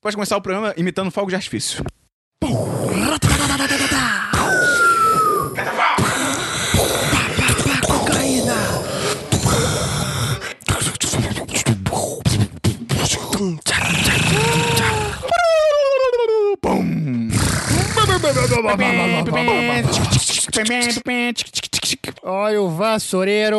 Pode começar o programa imitando fogo de artifício. Olha o vassoureiro.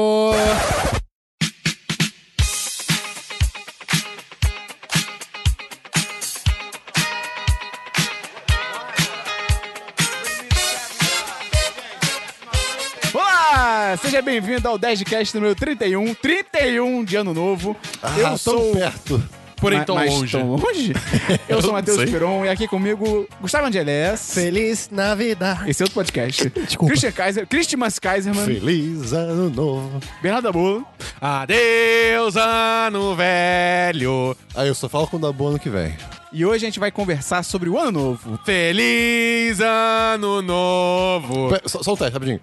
Olá! Seja bem-vindo ao 10cast número 31, 31 de ano novo. Ah, Eu sou. tão perto. Ma- Porém, tão mas longe. tão longe? Eu sou não Matheus sei. Peron e aqui comigo Gustavo Angelés. Feliz Navidade. Esse é outro podcast. Desculpa. Christian Kaiser, Christian Mas Kaiserman, Feliz ano novo. Bernardo Dabu. Adeus, ano velho. Aí eu só falo quando dá boa ano que vem. E hoje a gente vai conversar sobre o ano novo. Feliz ano novo. Pera, Só, só o teste, rapidinho.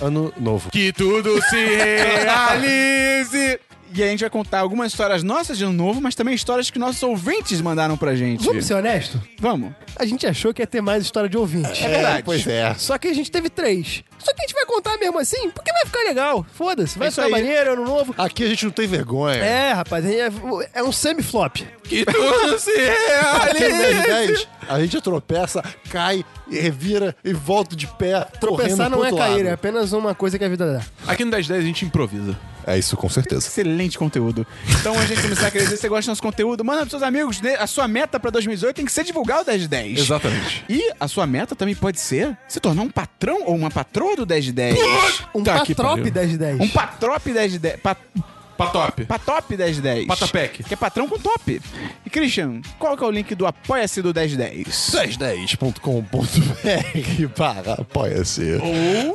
Ano novo. Que tudo se É, realize. E a gente vai contar algumas histórias nossas de ano novo, mas também histórias que nossos ouvintes mandaram pra gente. Vamos ser honesto? Vamos. A gente achou que ia ter mais história de ouvinte. verdade. Pois é. Só que a gente teve três. Só que a gente vai contar mesmo assim, porque vai ficar legal. Foda-se, vai É isso ficar aí. maneiro, ano novo. Aqui a gente não tem vergonha. É, rapaz, é, é um semi-flop. Que tudo se Aqui no 10, realize. 10, a gente tropeça, cai, e revira e volta de pé. Tropeçar correndo não pro é outro cair, é lado. apenas uma coisa que a vida dá. Aqui no 1010 a gente improvisa. né? É isso, com certeza. Excelente conteúdo. Então a gente começar a crescer. Se você gosta do nosso conteúdo, manda pros seus amigos. né? A sua meta pra 2018 tem que ser divulgar o 10 de 10. Exatamente. E a sua meta também pode ser se tornar um patrão ou uma patroa do 10 de 10. Um Tá que patrop pariu. 10 de 10. Um patrop 10 de 10. Pa, Patop. patop 10 de 10. Patapec. Que é patrão com top. E Christian, qual que é o link do Apoia-se do 10 de 10? 1010.com.br barra apoia-se.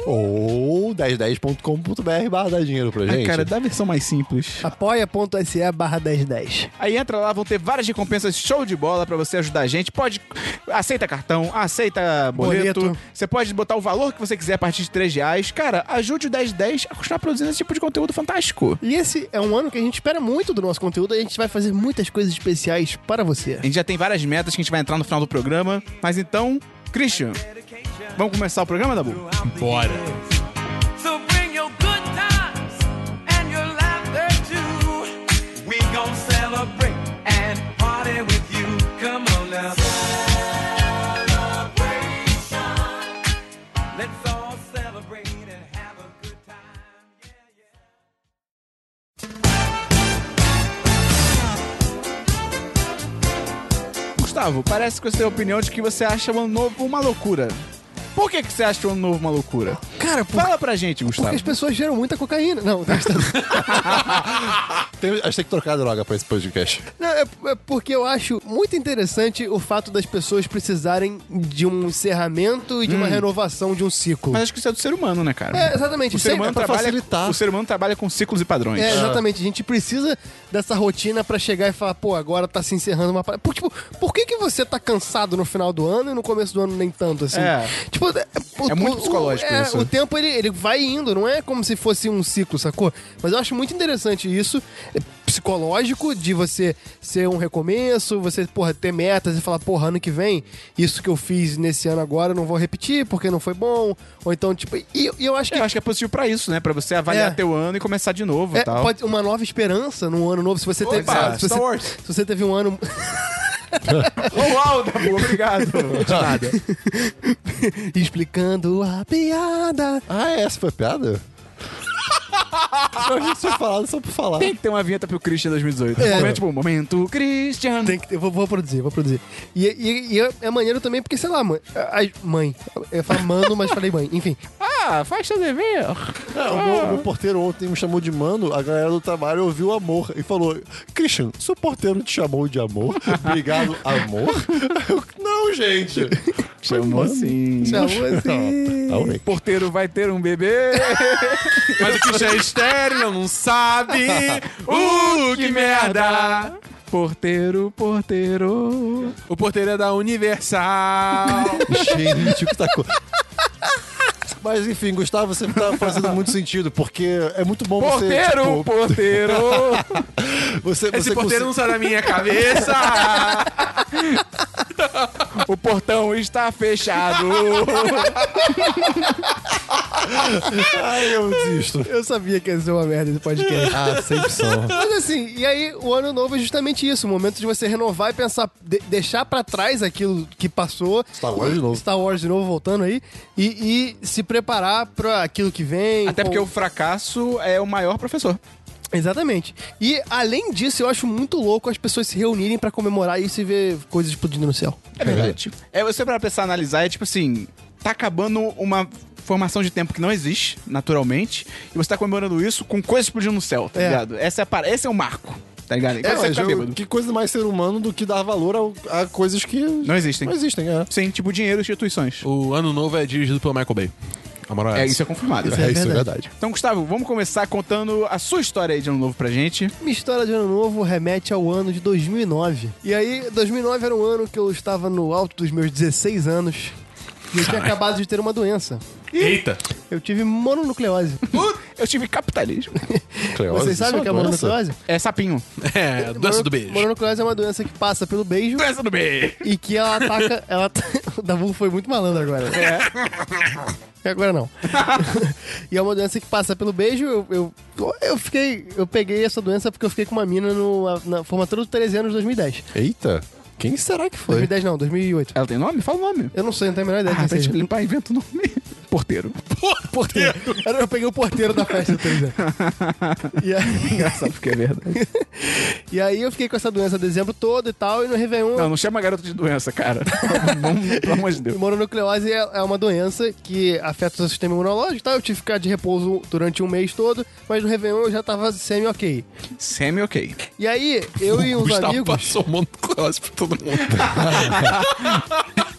Ou 1010.com.br barra dá dinheiro pra gente. Ah, cara, dá a versão mais simples. Apoia.se barra 1010. Aí entra lá, vão ter várias recompensas show de bola pra você ajudar a gente. Pode. Aceita cartão, aceita boleto. Boleto. Você pode botar o valor que você quiser a partir de 3 reais. Cara, ajude o 1010 a continuar produzindo esse tipo de conteúdo fantástico. E esse é um ano que a gente espera muito do nosso conteúdo e a gente vai fazer muitas coisas especiais para você. A gente já tem várias metas que a gente vai entrar no final do programa. Mas então, Christian, vamos começar o programa, Dabu? Bora. So bring your good times and your laughter too. We gon' celebrate and party with you. Come on now. Celebration. Let's all celebrate and have a good time. Yeah, yeah. Gustavo, parece que você tem a opinião de que você acha o ano novo uma loucura. Por que, que você acha o ano novo uma loucura? Cara, por... Fala pra gente, porque Gustavo. as pessoas geram muita cocaína. Não, tá Tem- a gente tem que trocar a droga pra esse podcast. Não, é, é porque eu acho muito interessante o fato das pessoas precisarem de um encerramento e de uma renovação de um ciclo. Hum. Mas acho que isso é do ser humano, né, cara? É, exatamente. O ser, Sem- humano é pra trabalha, facilitar. o ser humano trabalha com ciclos e padrões. Ah. É, exatamente. A gente precisa dessa rotina pra chegar e falar, pô, agora tá se encerrando uma parada. Por, tipo, por que, que você tá cansado no final do ano e no começo do ano nem tanto, assim? É. Tipo, é, o- É muito o- psicológico é, isso. O tempo, ele, ele vai indo, não é como se fosse um ciclo, sacou? Mas eu acho muito interessante isso, é psicológico, de você ser um recomeço, você, porra, ter metas e falar, porra, ano que vem, isso que eu fiz nesse ano agora eu não vou repetir porque não foi bom. Ou então, tipo, e, e eu acho que Eu acho que é positivo pra isso, né? Pra você avaliar É. teu ano e começar de novo e é, tal. pode uma nova esperança num ano novo. Se você teve, Opa, se, Star você, Wars. se você teve um ano. Uau, Dabu, obrigado. De nada. Explicando a piada. Ah, é, essa foi a piada? Eu achei que você tinha falado só por falar. Tem que ter uma vinheta pro Christian 2018. É. Momento, tipo, momento Christian. Tem que ter, vou, vou produzir, vou produzir. E, e- e é- é maneiro também, porque, sei lá, mãe. a- mãe. Eu falo mano, mas falei mãe. Enfim. Ah, faz seu dever. É, o Ah. meu, meu porteiro ontem me chamou de mano, a galera do trabalho ouviu amor e falou: Christian, seu porteiro te chamou de amor? Obrigado, amor? Eu, não, gente. Chamou assim. Tchau, Então, assim. Ah, é ué. Porteiro vai ter um bebê. Mas o Christian é estéreo, não sabe. Uh, que merda. Porteiro, porteiro. O porteiro é da Universal. Gente, o que tá co- Mas enfim, Gustavo, você tá fazendo muito sentido, porque é muito bom você. tipo, Porteiro, porteiro. você, Esse você porteiro não consegue- sai da minha cabeça. O portão está fechado. Ai, eu desisto. Eu sabia que ia ser uma merda esse podcast. Ah, sempre são. Mas assim, e aí o ano novo é justamente isso, o momento de você renovar e pensar, de- deixar pra trás aquilo que passou. Star Wars de novo. Star Wars de novo voltando aí e, e se preparar pra aquilo que vem. Até porque com- o fracasso é o maior professor. Exatamente. E além disso, eu acho muito louco as pessoas se reunirem pra comemorar isso e ver coisas explodindo no céu. É verdade. É, você para pensar, analisar, é tipo assim, tá acabando uma formação de tempo que não existe, naturalmente, e você tá comemorando isso com coisas explodindo no céu, tá É. ligado? Essa é a par... Esse é o marco, tá ligado? É, Esse mas tá eu- bêbado. que coisa mais ser humano do que dar valor ao- a, coisas que Não existem. não existem, é. Sim, tipo dinheiro e instituições. o Ano Novo é dirigido pelo Michael Bay. A moral É, essa. isso é confirmado. É verdade. Então, Gustavo, vamos começar contando a sua história aí de ano novo pra gente. Minha história de ano novo remete ao ano de 2009. E aí, 2009 era um ano que eu estava no alto dos meus 16 anos e eu tinha acabado de ter uma doença. Eita! Eu tive mononucleose. Eu tive capitalismo. Cleose, Vocês sabem o isso que é uma doença. mononucleose? É sapinho. É, dança do beijo. Mononucleose é uma doença que passa pelo beijo Doença do bem. e que ela ataca. Ela... o Dabu foi muito malandro agora. É. E agora não. e é uma doença que passa pelo beijo. Eu, eu, eu fiquei. Eu peguei essa doença porque eu fiquei com uma mina no, na formatura dos 13 anos de 2010. Eita, quem será que foi? 2010 não, 2008. Ela tem nome? Fala o nome. Eu não sei, não tenho a menor ideia de Ah, quem pra gente seja. limpar, inventa o nome. Porteiro. Porteiro. Era- Eu peguei o porteiro da festa do 13 anos. E aí, Engraçado, porque é verdade. e aí eu fiquei com essa doença dezembro todo e tal, e no Réveillon. Não, não chama garoto de doença, cara. Vamos, pelo amor de E Deus. Mononucleose é é uma doença que afeta o seu sistema imunológico, tá? Eu tive que ficar de repouso durante um mês todo, mas no Réveillon eu já tava semi-ok. Semi ok. E aí, eu e O uns Gustavo amigos... passou um monte de coisa pra todo mundo.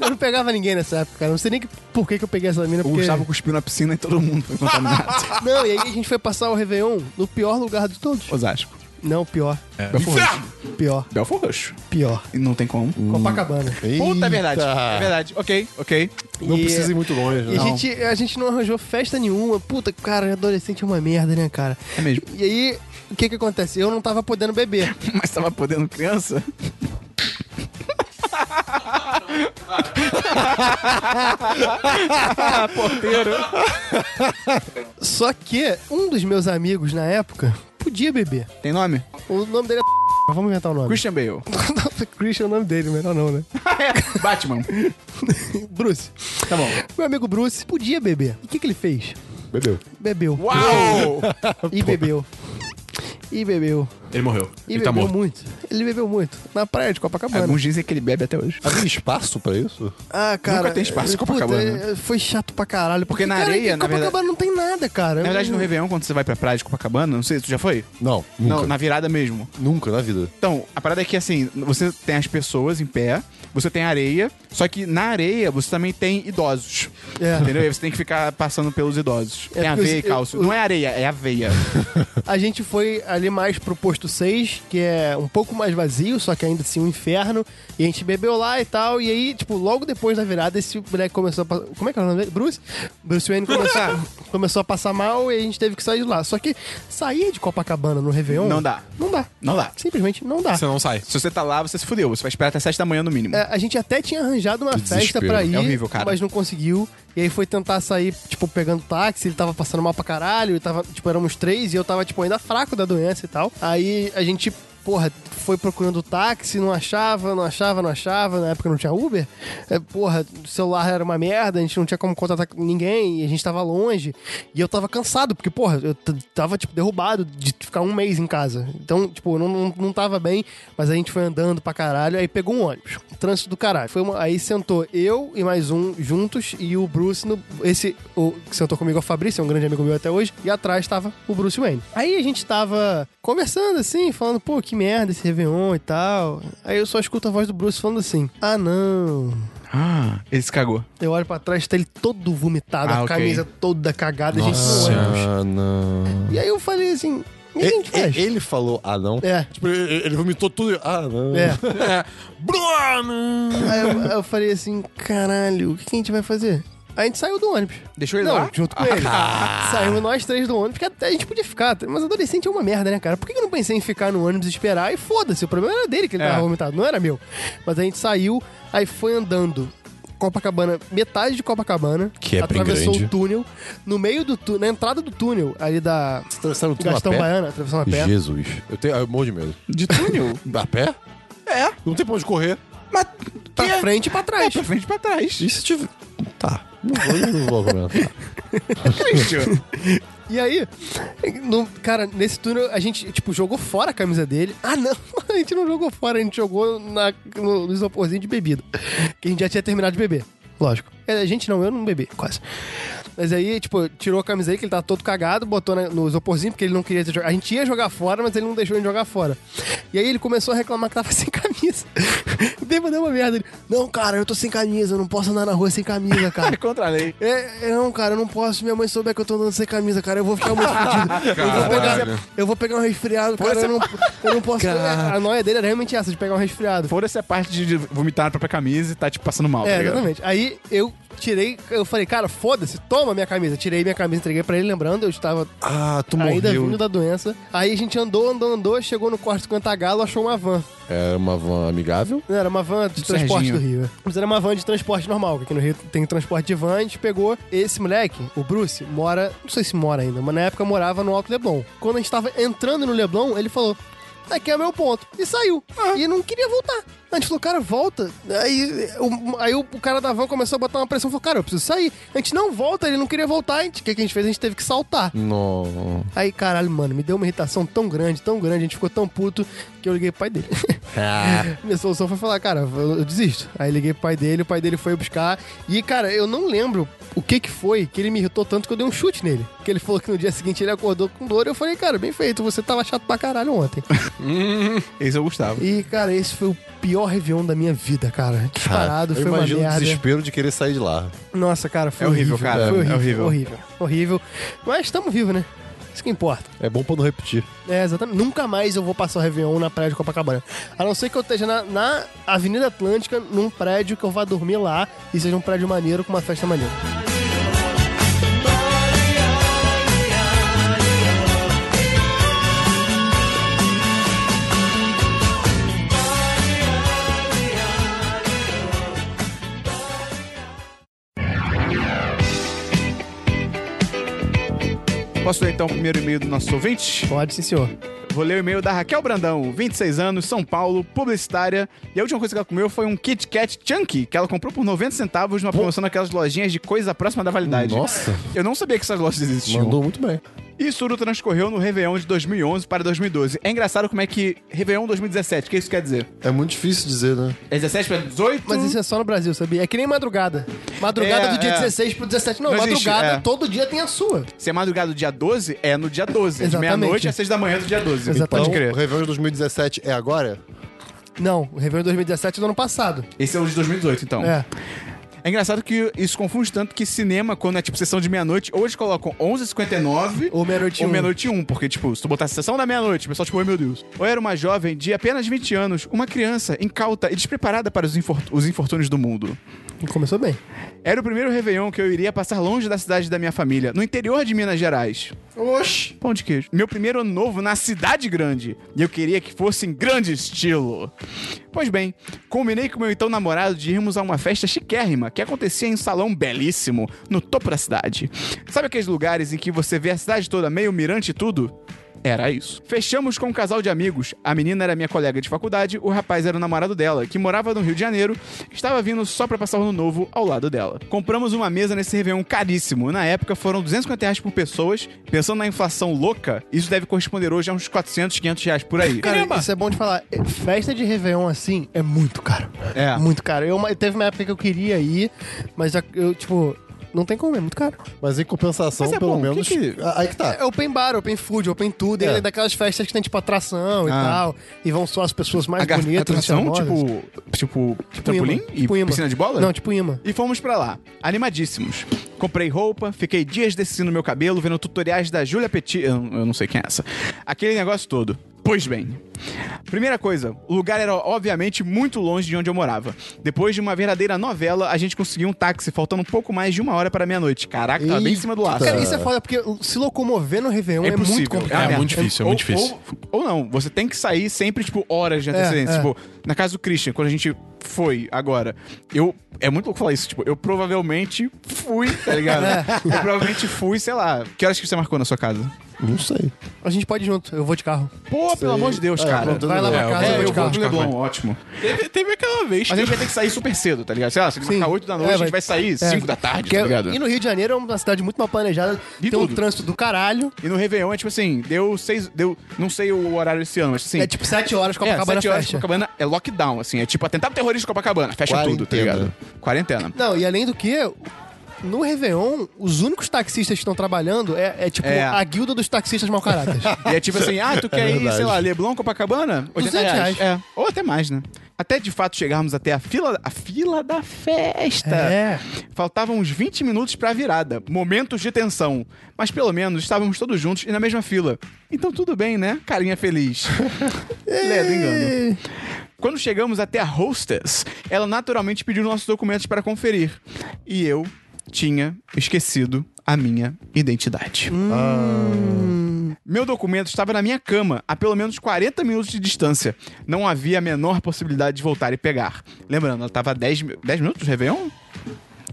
Eu não pegava ninguém nessa época, cara. Não sei nem que- por que, que eu peguei essa mina, O porque... Gustavo cuspiu na piscina e todo mundo foi contaminado. Não, e aí a gente foi passar o Réveillon no pior lugar de todos. Osasco. Não, pior. É, Inferno! Pior. Belfor Roxo. Pior. E não tem como. Copacabana. Puta, é verdade. Eita. É verdade. Ok, ok. Não E- precisa ir muito longe, E né? a gente, a gente não arranjou festa nenhuma. Puta, cara, adolescente é uma merda, né, cara? É mesmo. E aí, o que que acontece? Eu não tava podendo beber. Mas tava podendo criança? Porteiro. Só que um dos meus amigos na época podia beber. Tem nome? O nome dele é. Vamos inventar o nome. Christian Bale. Christian é o nome dele, melhor não, né? Batman. Bruce. Tá bom. Meu amigo Bruce podia beber. E o que, que ele fez? Bebeu. Bebeu. Uau! E bebeu. E bebeu. Ele morreu. E ele bebeu tá morto. muito. Ele bebeu muito. Na praia de Copacabana. Alguns dizem que ele bebe até hoje. Havia espaço pra isso? Ah, cara. Nunca tem espaço em puta, Copacabana. é, Foi chato pra caralho. Porque na cara, areia, em na verdade- Copacabana não tem nada, cara. Na verdade, no Réveillon, quando você vai pra praia de Copacabana, não sei, tu já foi? Não, nunca. Não, na virada mesmo. Nunca na vida. Então, a parada é que assim, você tem as pessoas em pé, você tem areia, só que na areia você também tem idosos. É. Entendeu? E você tem que ficar passando pelos idosos. É tem porque aveia e os- cálcio. eu- Não é areia, é aveia. A gente foi ali mais pro posto 6, que é um pouco mais vazio, só que ainda assim um inferno. E a gente bebeu lá e tal. E aí, tipo, logo depois da virada, esse moleque começou a passar. Como é que é o nome dele? Bruce? Bruce Wayne começou, começou a passar mal e a gente teve que sair de lá. Só que sair de Copacabana no Réveillon. Não dá. Não dá. Não dá. Simplesmente não dá. Você não sai. Se você tá lá, você se fudeu. Você vai esperar até 7 da manhã no mínimo. É, a gente até tinha arranjado uma festa desespero. pra ir, É horrível, cara. mas não conseguiu. E aí foi tentar sair, tipo, pegando táxi, ele tava passando mal pra caralho, e tava, tipo, éramos três, e eu tava, tipo, ainda fraco da doença e tal. Aí a gente, porra, foi procurando táxi, não achava, não achava, não achava, na época não tinha Uber. É, porra, o celular era uma merda, a gente não tinha como contatar com ninguém, e a gente tava longe. E eu tava cansado, porque, porra, eu t- tava, tipo, derrubado de ficar um mês em casa. Então, tipo, eu não, não, não tava bem, mas a gente foi andando pra caralho, aí pegou um ônibus. Trânsito do caralho. Foi uma- aí sentou eu e mais um juntos e o Bruce, no, esse o, que sentou comigo é o Fabrício, é um grande amigo meu até hoje, e atrás tava o Bruce Wayne. Aí a gente tava conversando assim, falando, pô, que merda esse Réveillon e tal. Aí eu só escuto a voz do Bruce falando assim: ah, não. Ah, ele se cagou. Eu olho pra trás, tá ele todo vomitado, Ah, a ok. camisa toda cagada, a gente no ônibus. Ah, não. E aí eu falei assim: o é. que a gente faz? E- e- ele falou ah, não? É. Tipo, ele ele vomitou tudo. e- Ah, não. É. Bruno! Aí eu, aí eu falei assim, caralho, o que que a gente vai fazer? A gente saiu do ônibus. Deixou ele Não, lá? Ah, junto com ele. Ah. Saímos nós três do ônibus, que até a gente podia ficar. Mas adolescente é uma merda, né, cara? Por que eu não pensei em ficar no ônibus e esperar? E foda-se, o problema era dele que ele É. tava vomitado, não era meu. Mas a gente saiu, aí foi andando. Copacabana, metade de Copacabana. Que é bem Atravessou grande. o túnel. No meio do túnel, na entrada do túnel, ali da Atravessaram tudo Gastão a pé? Baiana, atravessando a pé. Jesus. Eu, tenho, eu morro de medo. De túnel? A pé? É. Não tem pra onde correr. Mas. Pra que é? frente e pra É, trás. pra frente e pra trás. E se tiver... Tá. Não vou, não vou comentar. Christian. E aí, no- cara, nesse túnel a gente, tipo, jogou fora a camisa dele. Ah, não, a gente não jogou fora, a gente jogou na, no, no isoporzinho de bebida. Que a gente já tinha terminado de beber, lógico. É, A gente não, eu não bebi, quase. Mas aí, tipo, tirou a camisa dele, que ele tava todo cagado, botou na- no isoporzinho, porque ele não queria jogar. A gente ia jogar fora, mas ele não deixou a gente jogar fora. E aí ele começou a reclamar que tava sem camisa. Deu deu uma merda. Ele, não, cara, eu tô sem camisa, eu não posso andar na rua sem camisa, cara. É contra a lei. É, é, não, cara, eu não posso. Minha mãe souber que eu tô andando sem camisa, cara. Eu vou ficar muito fudido. Eu vou, pegar, Caralho. eu vou pegar um resfriado, cara. Eu não, eu não posso. A noia dele era realmente essa, de pegar um resfriado. Fora essa parte de vomitar na própria camisa e tá, tipo, passando mal. tá É, ligado? exatamente. Aí eu tirei, eu falei, cara, foda-se, toma minha camisa. Tirei minha camisa, entreguei pra ele, lembrando, eu estava Ah, tu ainda morreu. vindo da doença. Aí a gente andou, andou, andou, chegou no Corte 50 Galo, achou uma van. Era É uma van amigável? Não, era uma van de Do transporte Serginho. do Rio. é. Mas era uma van de transporte normal, que aqui no Rio tem transporte de van, a gente pegou. Esse moleque, o Bruce, mora, não sei se mora ainda, mas na época morava no Alto Leblon. Quando a gente tava entrando no Leblon, ele falou: Aqui é meu ponto. E saiu. Ah. E não queria voltar. A gente falou, cara, volta. Aí, o, aí o, o cara da van começou a botar uma pressão. Falou, cara, eu preciso sair. A gente não volta, ele não queria voltar. A gente- O que, que a gente fez? A gente teve que saltar. Não. Aí, caralho, mano, me deu uma irritação tão grande, tão grande, a gente ficou tão puto que eu liguei pro pai dele. Minha solução foi falar, cara, eu eu desisto. Aí liguei pro pai dele, o pai dele foi buscar. E, cara, eu não lembro o que que foi que ele me irritou tanto que eu dei um chute nele. Que ele falou que no dia seguinte ele acordou com dor. E eu falei, cara, bem feito, você tava chato pra caralho ontem. Esse é o Gustavo. E, cara, esse foi o pior Réveillon da minha vida, cara. Disparado, eu foi uma imagino o merda. desespero de querer sair de lá. Nossa, cara, foi É horrível, cara, Foi é horrível. horrível, horrível. Horrível. Mas estamos vivos, né? Isso que importa. É bom pra não repetir. É, exatamente. Nunca mais eu vou passar o Réveillon na praia de Copacabana. A não ser que eu esteja na, na Avenida Atlântica, num prédio que eu vá dormir lá e seja um prédio maneiro com uma festa maneira. Posso ler então o primeiro e-mail do nosso ouvinte? Pode sim, senhor. Vou ler o e-mail da Raquel Brandão, 26 anos, São Paulo, publicitária. E a última coisa que ela comeu foi um Kit Kat Chunky, que ela comprou por 90 centavos numa promoção naquelas lojinhas de coisa próxima da validade. Nossa. Eu não sabia que essas lojas um. existiam. Mandou muito bem. Isso tudo transcorreu no Réveillon de 2011 para 2012. É engraçado como é que... Réveillon 2017, o que isso quer dizer? É muito difícil dizer, né? É 17 para 18? Mas isso é só no Brasil, sabia? É que nem madrugada. Madrugada É, do dia é. 16 pro 17. Não, Não existe, madrugada é. todo dia tem a sua. Se é madrugada do dia 12, é no dia 12. De Exatamente. meia-noite às 6 da manhã do dia 12. Exatamente. Pode Então, o crer. Réveillon de 2017 é agora? Não, o Réveillon de 2017 é do ano passado. Esse é o de 2018, então. É. É engraçado que isso confunde tanto que cinema, quando é tipo sessão de meia-noite, ou eles colocam 11h59 Ou meia-noite e ou um. meia-noite e um, porque tipo, se tu botar sessão da meia-noite, o pessoal tipo, oi meu Deus. Eu era uma jovem de apenas 20 anos, uma criança incauta e despreparada para os, infor- os infortúnios do mundo. E começou bem. Era o primeiro Réveillon que eu iria passar longe da cidade da minha família, no interior de Minas Gerais. Oxi! Pão de queijo. Meu primeiro ano novo na cidade grande. E eu queria que fosse em grande estilo. Pois bem, combinei com meu então namorado de irmos a uma festa chiquérrima que acontecia em um salão belíssimo, no topo da cidade. Sabe aqueles lugares em que você vê a cidade toda meio mirante e tudo? Era isso. Fechamos com um casal de amigos. A menina era minha colega de faculdade, o rapaz era o namorado dela, que morava no Rio de Janeiro, estava vindo só pra passar o ano novo ao lado dela. Compramos uma mesa nesse Réveillon caríssimo. Na época foram 250 reais por pessoas. Pensando na inflação louca, isso deve corresponder hoje a uns 400, 500 reais por aí. Cara, isso é bom de falar. É, Festa de Réveillon assim é muito caro. É. Muito caro. Eu, uma- teve uma época que eu queria ir, mas já- eu, tipo, não tem como, é muito caro. Mas em compensação, Mas é pelo bom, menos. que que- Aí que tá. É open bar, open food, open tudo. É. É. daquelas festas que tem, tipo, atração e Ah. tal. E vão só as pessoas mais né, a gar- bonitas. atração, charmosas. tipo, tipo, imã. trampolim e Tipo imã. piscina de bola? Não, tipo imã. E fomos pra lá, animadíssimos. Comprei roupa, fiquei dias descendo meu cabelo, vendo tutoriais da Júlia Petit. Eu, eu não sei quem é essa. Aquele negócio todo. Pois bem. Primeira coisa, o lugar era obviamente muito longe de onde eu morava. Depois de uma verdadeira novela, a gente conseguiu um táxi, faltando um pouco mais de uma hora para meia-noite. Caraca, tá bem em cima do laço. Cara, isso é foda, porque se locomover no Réveillon é, muito impossível. complicado. uma É muito merda. difícil, é muito Ou- difícil. Ou, ou não, você tem que sair sempre, tipo, horas de antecedência. é. Tipo, na casa do Christian, quando a gente foi agora, eu. É muito louco falar isso, tipo, eu provavelmente fui, tá ligado? É. Eu provavelmente fui, sei lá. Que horas que você marcou na sua casa? Não sei. A gente pode ir junto, eu vou de carro. Pô, pelo amor de Deus, É, cara. pronto, Vai lá pra É, eu casa, vou- eu É, vou eu de vou carro. pro Leblon, ótimo. Teve, teve aquela vez. Mas a que gente vai ter que sair super cedo, tá ligado? Sei lá, se Sim. marcar 8 da noite, É, a gente vai sair 5 é. da tarde, Porque tá ligado? E no Rio de Janeiro é uma cidade muito mal planejada, De tem um tudo. trânsito do caralho. E no Réveillon é tipo assim, deu seis. Deu, não sei o horário esse ano, mas assim. É tipo 7 horas, é, Copacabana sete horas fecha. Copacabana é lockdown, assim. É tipo atentado terrorista de Copacabana. Fecha tudo, tá Quarentena. ligado? Quarentena. Não, e além do que, no Réveillon, os únicos taxistas que estão trabalhando é, é tipo É. a guilda dos taxistas mau caráter. E é tipo assim, ah, tu quer ir, verdade. sei lá, Leblon, Copacabana? 80 200 reais. É. reais. Ou até mais, né? Até de fato chegarmos até a fila, a fila da festa. É. Faltavam uns 20 minutos pra virada. Momentos de tensão. Mas pelo menos estávamos todos juntos e na mesma fila. Então tudo bem, né? Carinha feliz. Ledo engano. Quando chegamos até a hostess, ela naturalmente pediu nossos documentos para conferir. E eu tinha esquecido a minha identidade. Ah. Meu documento estava na minha cama, a pelo menos 40 minutos de distância. Não havia a menor possibilidade de voltar e pegar. Lembrando, ela estava a 10, mi- 10 minutos, Réveillon?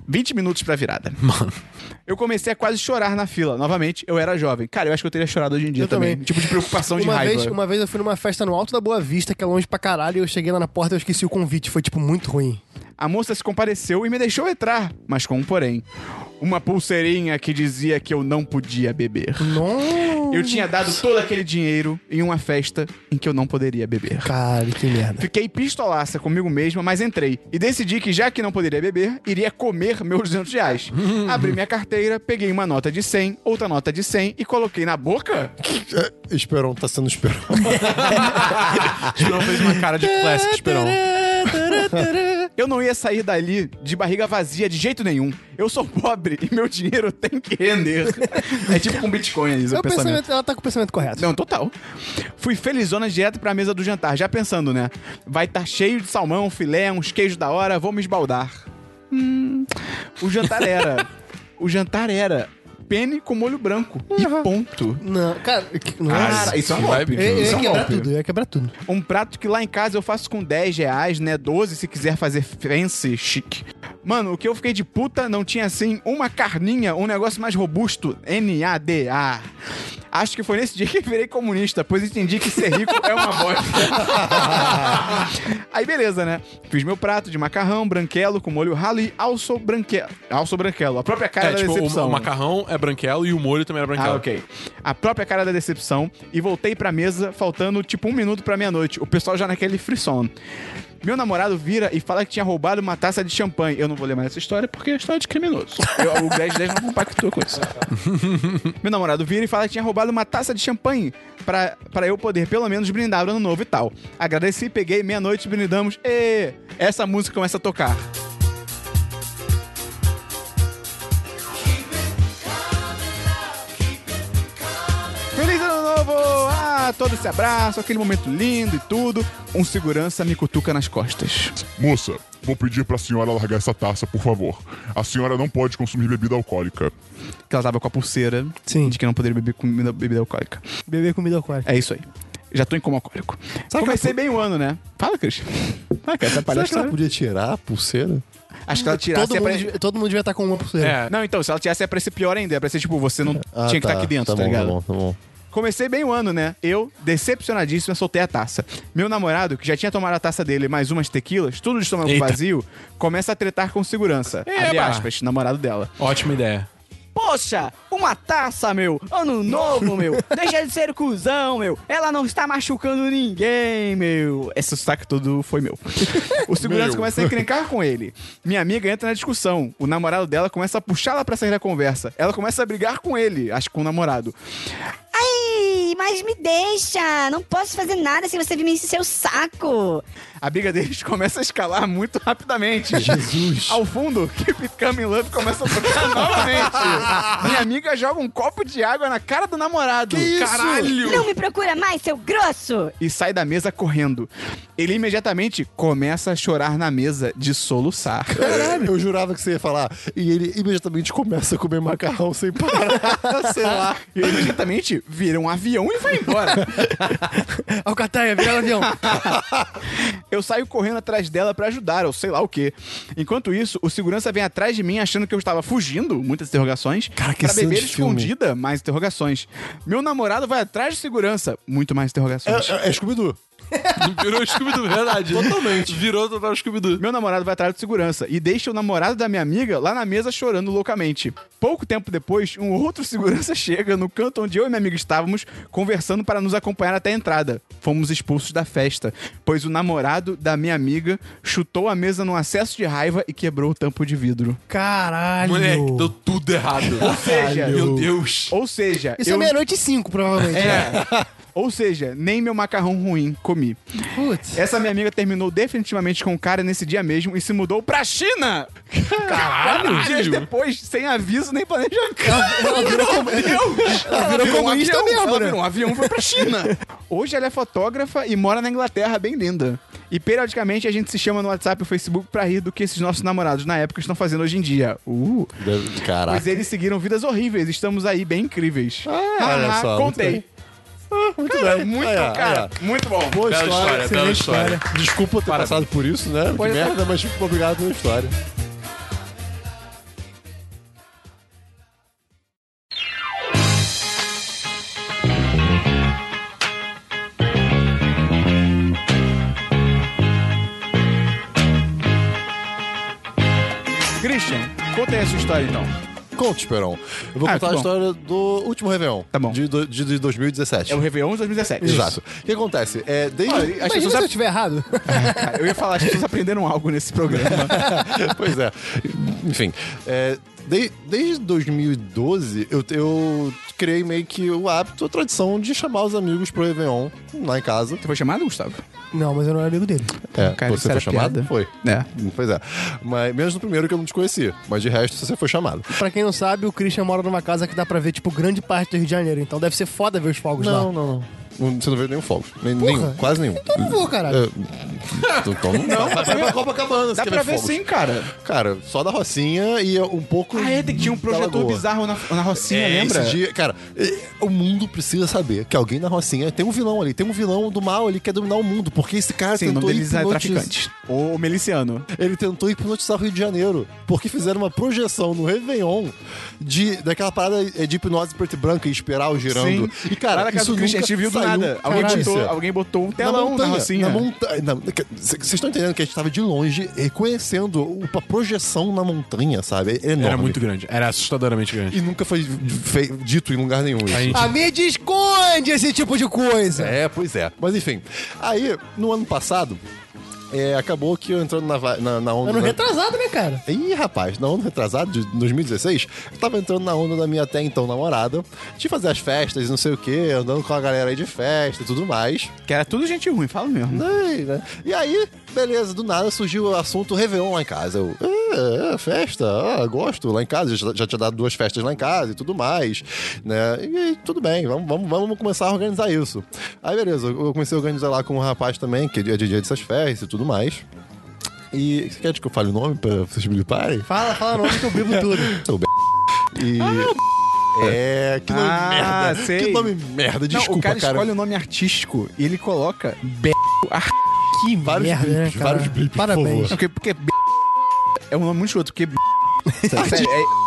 20 minutos pra virada. Mano. Eu comecei a quase chorar na fila. Novamente, eu era jovem. Cara, eu acho que eu teria chorado hoje em dia Eu também. também. Tipo de preocupação de uma raiva. vez, uma vez eu fui numa festa no Alto da Boa Vista, que é longe pra caralho, e eu cheguei lá na porta e eu esqueci o convite. Foi, tipo, muito ruim. A moça se compareceu e me deixou entrar, mas com um porém. Uma pulseirinha que dizia que eu não podia beber. Não. Eu tinha dado todo aquele dinheiro em uma festa em que eu não poderia beber. Cara, que merda. Fiquei pistolaça comigo mesma, mas entrei. E decidi que, já que não poderia beber, iria comer meus 200 reais. Abri minha carteira, peguei uma nota de 100, outra nota de 100 e coloquei na boca. É, Esperon tá sendo Esperon. Esperão fez uma cara de classic, Esperão. Eu não ia sair dali de barriga vazia de jeito nenhum. Eu sou pobre e meu dinheiro tem que render. é tipo com Bitcoin, ali, É o o pensamento. pensamento, ela tá com o pensamento correto. Não, total. Fui felizona direto pra mesa do jantar, já pensando, né? Vai estar cheio de salmão, filé, uns queijos da hora, vou me esbaldar. Hum, o jantar era. o jantar era pene com molho branco. E ponto. Não, cara, que- Cara, nossa. isso é um vai golpe. Eu, eu pedir. isso é um ia quebrar golpe. tudo, eu ia quebrar tudo. Um prato que lá em casa eu faço com 10 reais, né? 12 se quiser fazer fancy chique. Mano, o que eu fiquei de puta não tinha assim uma carninha, um negócio mais robusto. NADA. Acho que foi nesse dia que eu virei comunista, pois entendi que ser rico é uma bosta. Aí beleza, né? Fiz meu prato de macarrão branquelo com molho ralo e alço branquelo. Alço branquelo, a própria cara É, da tipo, o, decepção. o macarrão é branquelo e o molho também era branquelo. Ah, ok. A própria cara da decepção e voltei pra mesa faltando tipo um minuto pra meia-noite. O pessoal já naquele frisson. Meu namorado vira e fala que tinha roubado uma taça de champanhe. Eu não vou ler mais essa história porque é história de criminoso. Eu- o 1010 não compactou com isso. Meu namorado vira e fala que tinha roubado uma taça de champanhe pra, pra eu poder pelo menos brindar o ano novo e tal. Agradeci, peguei, meia-noite, brindamos. E essa música começa a tocar. Feliz ano novo! Ah, todo esse abraço, aquele momento lindo e tudo. Um segurança me cutuca nas costas. Moça, vou pedir pra senhora largar essa taça, por favor. A senhora não pode consumir bebida alcoólica. Que ela tava com a pulseira Sim. de que não poderia beber comida, bebida alcoólica. Beber comida alcoólica. É isso aí. Já tô em coma alcoólico. Comecei bem o ano, né? Fala, Cris. Ah, cara, essa Será que palestra. ela podia tirar a pulseira? Acho que ela tirasse. Todo é mundo, pra- devia- todo mundo devia estar com uma pulseira. É, Não, então, se ela tirasse é pra ser pior ainda. É pra ser tipo, você não Ah, tinha que estar aqui dentro, tá, bom, ligado? Tá bom, tá bom. Comecei bem o ano, né? Eu, decepcionadíssimo, soltei a taça. Meu namorado, que já tinha tomado a taça dele e mais umas tequilas, tudo de estômago Eita. vazio, começa a tretar com segurança. Eba! Abre aspas, namorado dela. ótima ideia. Poxa, uma taça, meu! Ano novo, meu! Deixa de ser cuzão, meu! Ela não está machucando ninguém, meu! Esse sotaque todo foi meu. O segurança começa a encrencar com ele. Minha amiga entra na discussão. O namorado dela começa a puxá-la pra sair da conversa. Ela começa a brigar com ele, acho que com o namorado. Ai, mas me deixa! Não posso fazer nada se você vir me encher seu saco! A briga deles começa a escalar muito rapidamente. Jesus. Ao fundo, Keep It Coming Love começa a tocar novamente. Minha amiga joga um copo de água na cara do namorado. Caralho! Não me procura mais, seu grosso! E sai da mesa correndo. Ele imediatamente começa a chorar na mesa de soluçar. Caralho. Eu jurava que você ia falar. E ele imediatamente começa a comer macarrão sem parar. Sei lá. E ele imediatamente vira um avião e vai embora. É. Alcateia, vira avião. Eu saio correndo atrás dela pra ajudar, ou sei lá o quê. Enquanto isso, o segurança vem atrás de mim achando que eu estava fugindo, muitas interrogações. Cara, que pra cena beber de filme. escondida, mais interrogações. Meu namorado vai atrás do segurança, muito mais interrogações. É, é Scooby-Doo. Virou Scooby-Doo, verdade. Totalmente. Virou total Scooby-Doo. Meu namorado vai atrás do segurança e deixa o namorado da minha amiga lá na mesa chorando loucamente. Pouco tempo depois, um outro segurança chega no canto onde eu e minha amiga estávamos conversando para nos acompanhar até a entrada. Fomos expulsos da festa, pois o namorado da minha amiga chutou a mesa num acesso de raiva e quebrou o tampo de vidro. Caralho. Moleque, deu tudo errado. Ou seja, Meu Deus. Ou seja, Isso eu- é meia-noite e cinco, provavelmente. É. ou seja, nem meu macarrão ruim comi. Putz. Essa minha amiga terminou definitivamente com o cara nesse dia mesmo e se mudou pra China! Caralho! Dias depois, sem aviso nem planejamento. Ela virou, com... ela virou comunista avião, mesmo, ela né? virou um avião e foi pra China. Hoje ela é fotógrafa e mora na Inglaterra, bem linda. E periodicamente a gente se chama no WhatsApp e Facebook pra rir do que esses nossos namorados na época estão fazendo hoje em dia. Uh. Caraca. Mas eles seguiram vidas horríveis, estamos aí bem incríveis. Ah, olha Haha, só, muito Ah, contei. bem. Muito Cara, bem. muito, Aí, ó, cara, aí, ó. muito bom. Boa Bela história, história, bela excelente história. história. Desculpa ter Parabéns. passado por isso, né? Pode que merda, mas fico obrigado pela história. Christian, conta aí a sua história então. Conte, Esperon. Eu vou Ah, contar que a bom. história do último Réveillon. Tá bom. De, do- de, de 2017. É o Réveillon de 2017. Exato. O que acontece? É, desde... As Imagina pessoas se eu tiver errado. Cara, eu ia falar, as pessoas aprenderam algo nesse programa. pois é. Enfim, é, de- desde 2012 eu, eu criei meio que o hábito, a tradição de chamar os amigos pro Réveillon lá em casa. Você foi chamado, Gustavo? Não, mas eu não era amigo dele. É, Cara, isso você era foi chamado? piada. Foi. É. Pois é. Mas, menos no primeiro que eu não te conhecia. Mas de resto, você foi chamado. Pra quem não sabe, o Christian mora numa casa que dá pra ver, tipo, grande parte do Rio de Janeiro. Então deve ser foda ver os fogos lá. não, não. Você não veio nenhum fogo. Nem- nenhum, quase nenhum. Então não vou, caralho. É, então não, não vai pra Copacabana se Dá quer pra ver fogos. sim, cara. Cara, só da Rocinha e um pouco. Ah, é, tem- tinha um da projetor Lagoa. bizarro na, na Rocinha, Tá É, lembra? esse dia- cara, é, o mundo precisa saber que alguém na Rocinha tem um vilão ali, tem um vilão do mal ali que quer dominar o mundo, porque esse cara Sim, o tentou nome deles é hipnotiz- traficante. Ou miliciano. Ele tentou hipnotizar o Rio de Janeiro, porque fizeram uma projeção no Réveillon de, daquela parada é, de hipnose preto e branca e espiral girando. Sim. E, cara, Lá na casa isso do nunca Christian, a gente viu do nada. saiu Alguém notícia. botou, alguém botou um Na né? telão na, Assim, Rocinha. é. na monta- na- que- c- Vocês estão entendendo que a gente tava de longe reconhecendo o- a projeção na montanha, sabe? É enorme. Era muito grande. Era assustadoramente grande. E nunca foi fe- dito em lugar nenhum isso. A gente- A mídia esconde esse tipo de coisa. É, pois é. Mas enfim, aí, no ano passado, é, acabou que eu entrando na, va- na, na onda. Ano da- retrasado, né, cara? Ih, rapaz, na onda retrasada de 2016, eu tava entrando na onda da minha até então namorada, de fazer as festas, não sei o quê, andando com a galera aí de festa e tudo mais. Que era tudo gente ruim, fala mesmo. Ai, né? E aí, beleza, do nada surgiu o assunto Réveillon lá em casa. Eu, ah, é, festa, ah, gosto, lá em casa, já, já tinha dado duas festas lá em casa e tudo mais, né? E aí, tudo bem, vamos, vamos, vamos começar a organizar isso. Aí, beleza, eu eu comecei a organizar lá com um rapaz também, que é DJ dessas festas e tudo mais. E você quer que eu fale o nome pra vocês me parem? Fala, fala nome que eu bebo tudo. Ah, Sou o B. E... É, que nome Ah, merda. sei. Que nome merda, desculpa, Não, o cara, cara. escolhe um nome artístico e ele coloca B. Que Vários merda, né, blips, cara? vários blips, por Parabéns. Porque, porque B é um nome muito escroto, porque B. Tá Sério, é-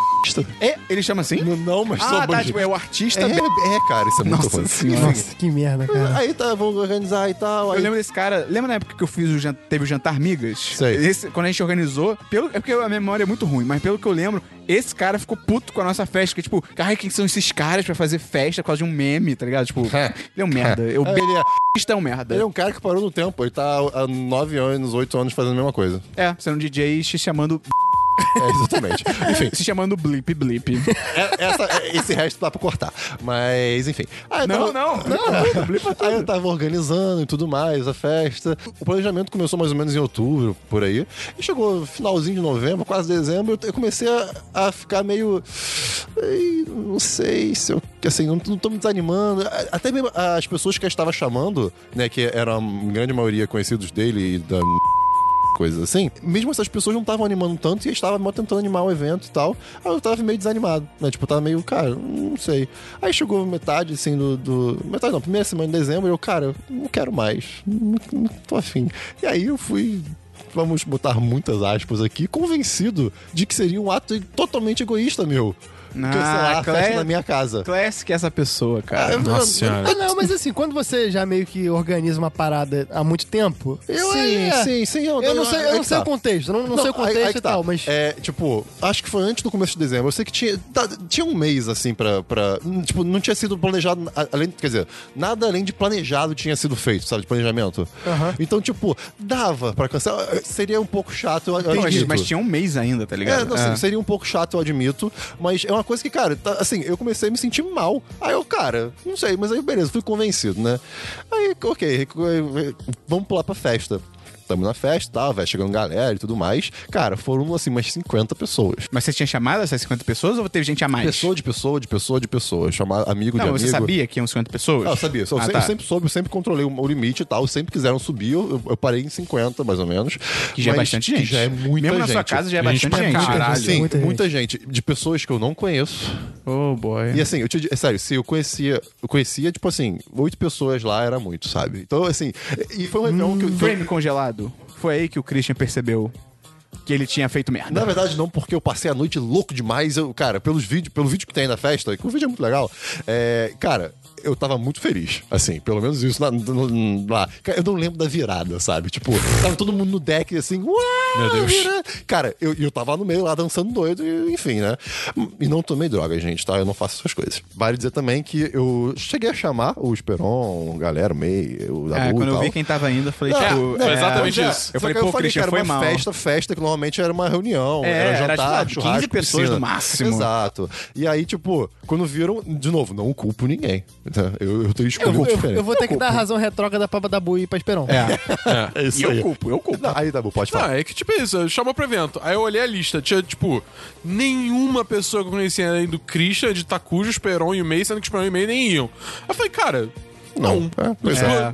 é, ele chama assim? Não, não, mas sou ah, tá, bandido. tipo, é o artista B. É, é, cara, isso é muito Nossa ruim. senhora. Enfim, Nossa, que merda, cara. Aí tá, vamos organizar e tal. Eu Aí... lembro desse cara. Lembra na época que eu fiz o jan- teve o jantar migas? Sei. Esse- quando a gente organizou, pelo, é porque a memória é muito ruim, mas pelo que eu lembro, esse cara ficou puto com a nossa festa. Que, tipo, ai, quem são esses caras pra fazer festa por causa de um meme, tá ligado? Tipo, ele é um merda. Eu É, ele, é, é um merda. ele é um cara que parou no tempo. Ele tá há 9 anos, 8 anos fazendo a mesma coisa. É, sendo DJ e se chamando É, exatamente. Enfim, Se chamando Blip Blip. é- essa- é- esse resto dá pra cortar. Mas, enfim. Aí eu não, tava- não. Blipa tudo, blipa tudo. Aí eu tava organizando e tudo mais, a festa. O planejamento começou mais ou menos em outubro, por aí. E chegou finalzinho de novembro, quase dezembro, eu comecei a, a ficar meio. "Ei, Não sei se eu. Assim, não, não tô me desanimando. A- Até mesmo as pessoas que eu estava chamando, né, que eram a grande maioria conhecidos dele e da coisas assim. Mesmo essas pessoas não estavam animando tanto e eu estava mó tentando animar o evento e tal. Aí eu tava meio desanimado, né? Tipo, eu tava meio, cara, não sei. Aí chegou metade, assim, do. do- metade não, primeira semana de dezembro, eu, cara, eu não quero mais. Não, não tô afim. E aí eu fui. Vamos botar muitas aspas aqui, convencido de que seria um ato totalmente egoísta meu. Ah, cancelar a festa Clé- na minha casa. Classic essa pessoa, cara. É, Eu- Nossa eu- senhora. Ah, não, mas assim, quando você já meio que organiza uma parada há muito tempo. Eu, sim, é, sim, sim. Eu não sei, eu aí não que sei tá. o contexto, eu não, não, sei o aí- contexto aí que e tá. tal, mas. É, tipo, acho que foi antes do começo de dezembro. Eu sei que tinha. tá, tinha um mês, assim, pra, pra. hum, Tipo, não tinha sido planejado. a- Além, quer dizer, nada além de planejado tinha sido feito, sabe? De planejamento. Então, tipo, dava pra cancelar. Seria um pouco chato, eu, eu Não, mas, admito. mas tinha um mês ainda, tá ligado? É, não, Ah. assim, seria um pouco chato, eu admito. Mas é uma coisa que, cara, tá- assim, eu comecei a me sentir mal. Aí eu, cara, não sei, mas aí beleza, fui convencido, né? Aí, ok, vamos pular pra festa. Tamo na festa, tá, vai chegando galera e tudo mais. Cara, foram, assim, umas 50 pessoas. Mas você tinha chamado essas 50 pessoas ou teve gente a mais? Pessoa de pessoa, de pessoa, de pessoa. Chamar amigo não, de amigo. você sabia que iam 50 pessoas? Ah, eu sabia. Eu, Ah, sempre, tá. eu sempre soube, eu sempre controlei o, o limite e tal. Sempre quiseram subir, eu, eu parei em 50, mais ou menos. Que já é Mas bastante gente. Que já é muita Mesmo gente. na sua casa já é Gente bastante pra gente. caralho. Sim, Muita muita, gente. gente. De pessoas que eu não conheço. Oh, boy. E assim, eu te digo, é sério, se eu conhecia, eu conhecia, tipo assim, oito pessoas lá era muito, sabe? Então, assim, e foi um réveillon que eu. Frame congelado. Foi aí que o Christian percebeu que ele tinha feito merda. Na verdade, não, porque eu passei a noite louco demais. Eu, cara, pelos vídeos, pelo vídeo que tem na festa, que o vídeo é muito legal. é, cara, eu tava muito feliz. Assim, pelo menos isso lá, lá. Cara, Eu não lembro da virada, sabe? Tipo, tava todo mundo no deck assim, uau! Meu Deus. virada!" Cara, eu, eu tava no meio lá dançando doido, e, enfim, né? E não tomei droga, gente, tá? Eu não faço essas coisas. Vale dizer também que eu cheguei a chamar o Esperon, a galera, o May, o Dabu É, e quando eu tal. vi quem tava indo, eu falei, Não, tipo... não, é, exatamente é. isso. Eu Só falei, que aí pô, eu falei que Christian, era foi uma mal. festa, festa, que normalmente era uma reunião, É, era era, jantar, sei lá, 15 churrasco, pessoas piscina. no máximo. Exato. E aí, tipo, quando viram, de novo, não culpo ninguém. tá? Eu, eu tenho Eu, escolha eu- diferente. eu vou ter que dar razão retrógrada pra Dabu e pra Esperon. Tá É E isso aí. eu culpo, eu culpo. Não, aí, Dabu, pode Não, Ah, falar. é que tipo isso, eu chamou pro evento. Aí eu olhei a lista, tinha tipo, nenhuma pessoa que eu conhecia além do Christian, de Takujo, Esperon e o May, sendo que Esperon e o May nem iam. Eu falei, cara, não. É, pois Tipo, é.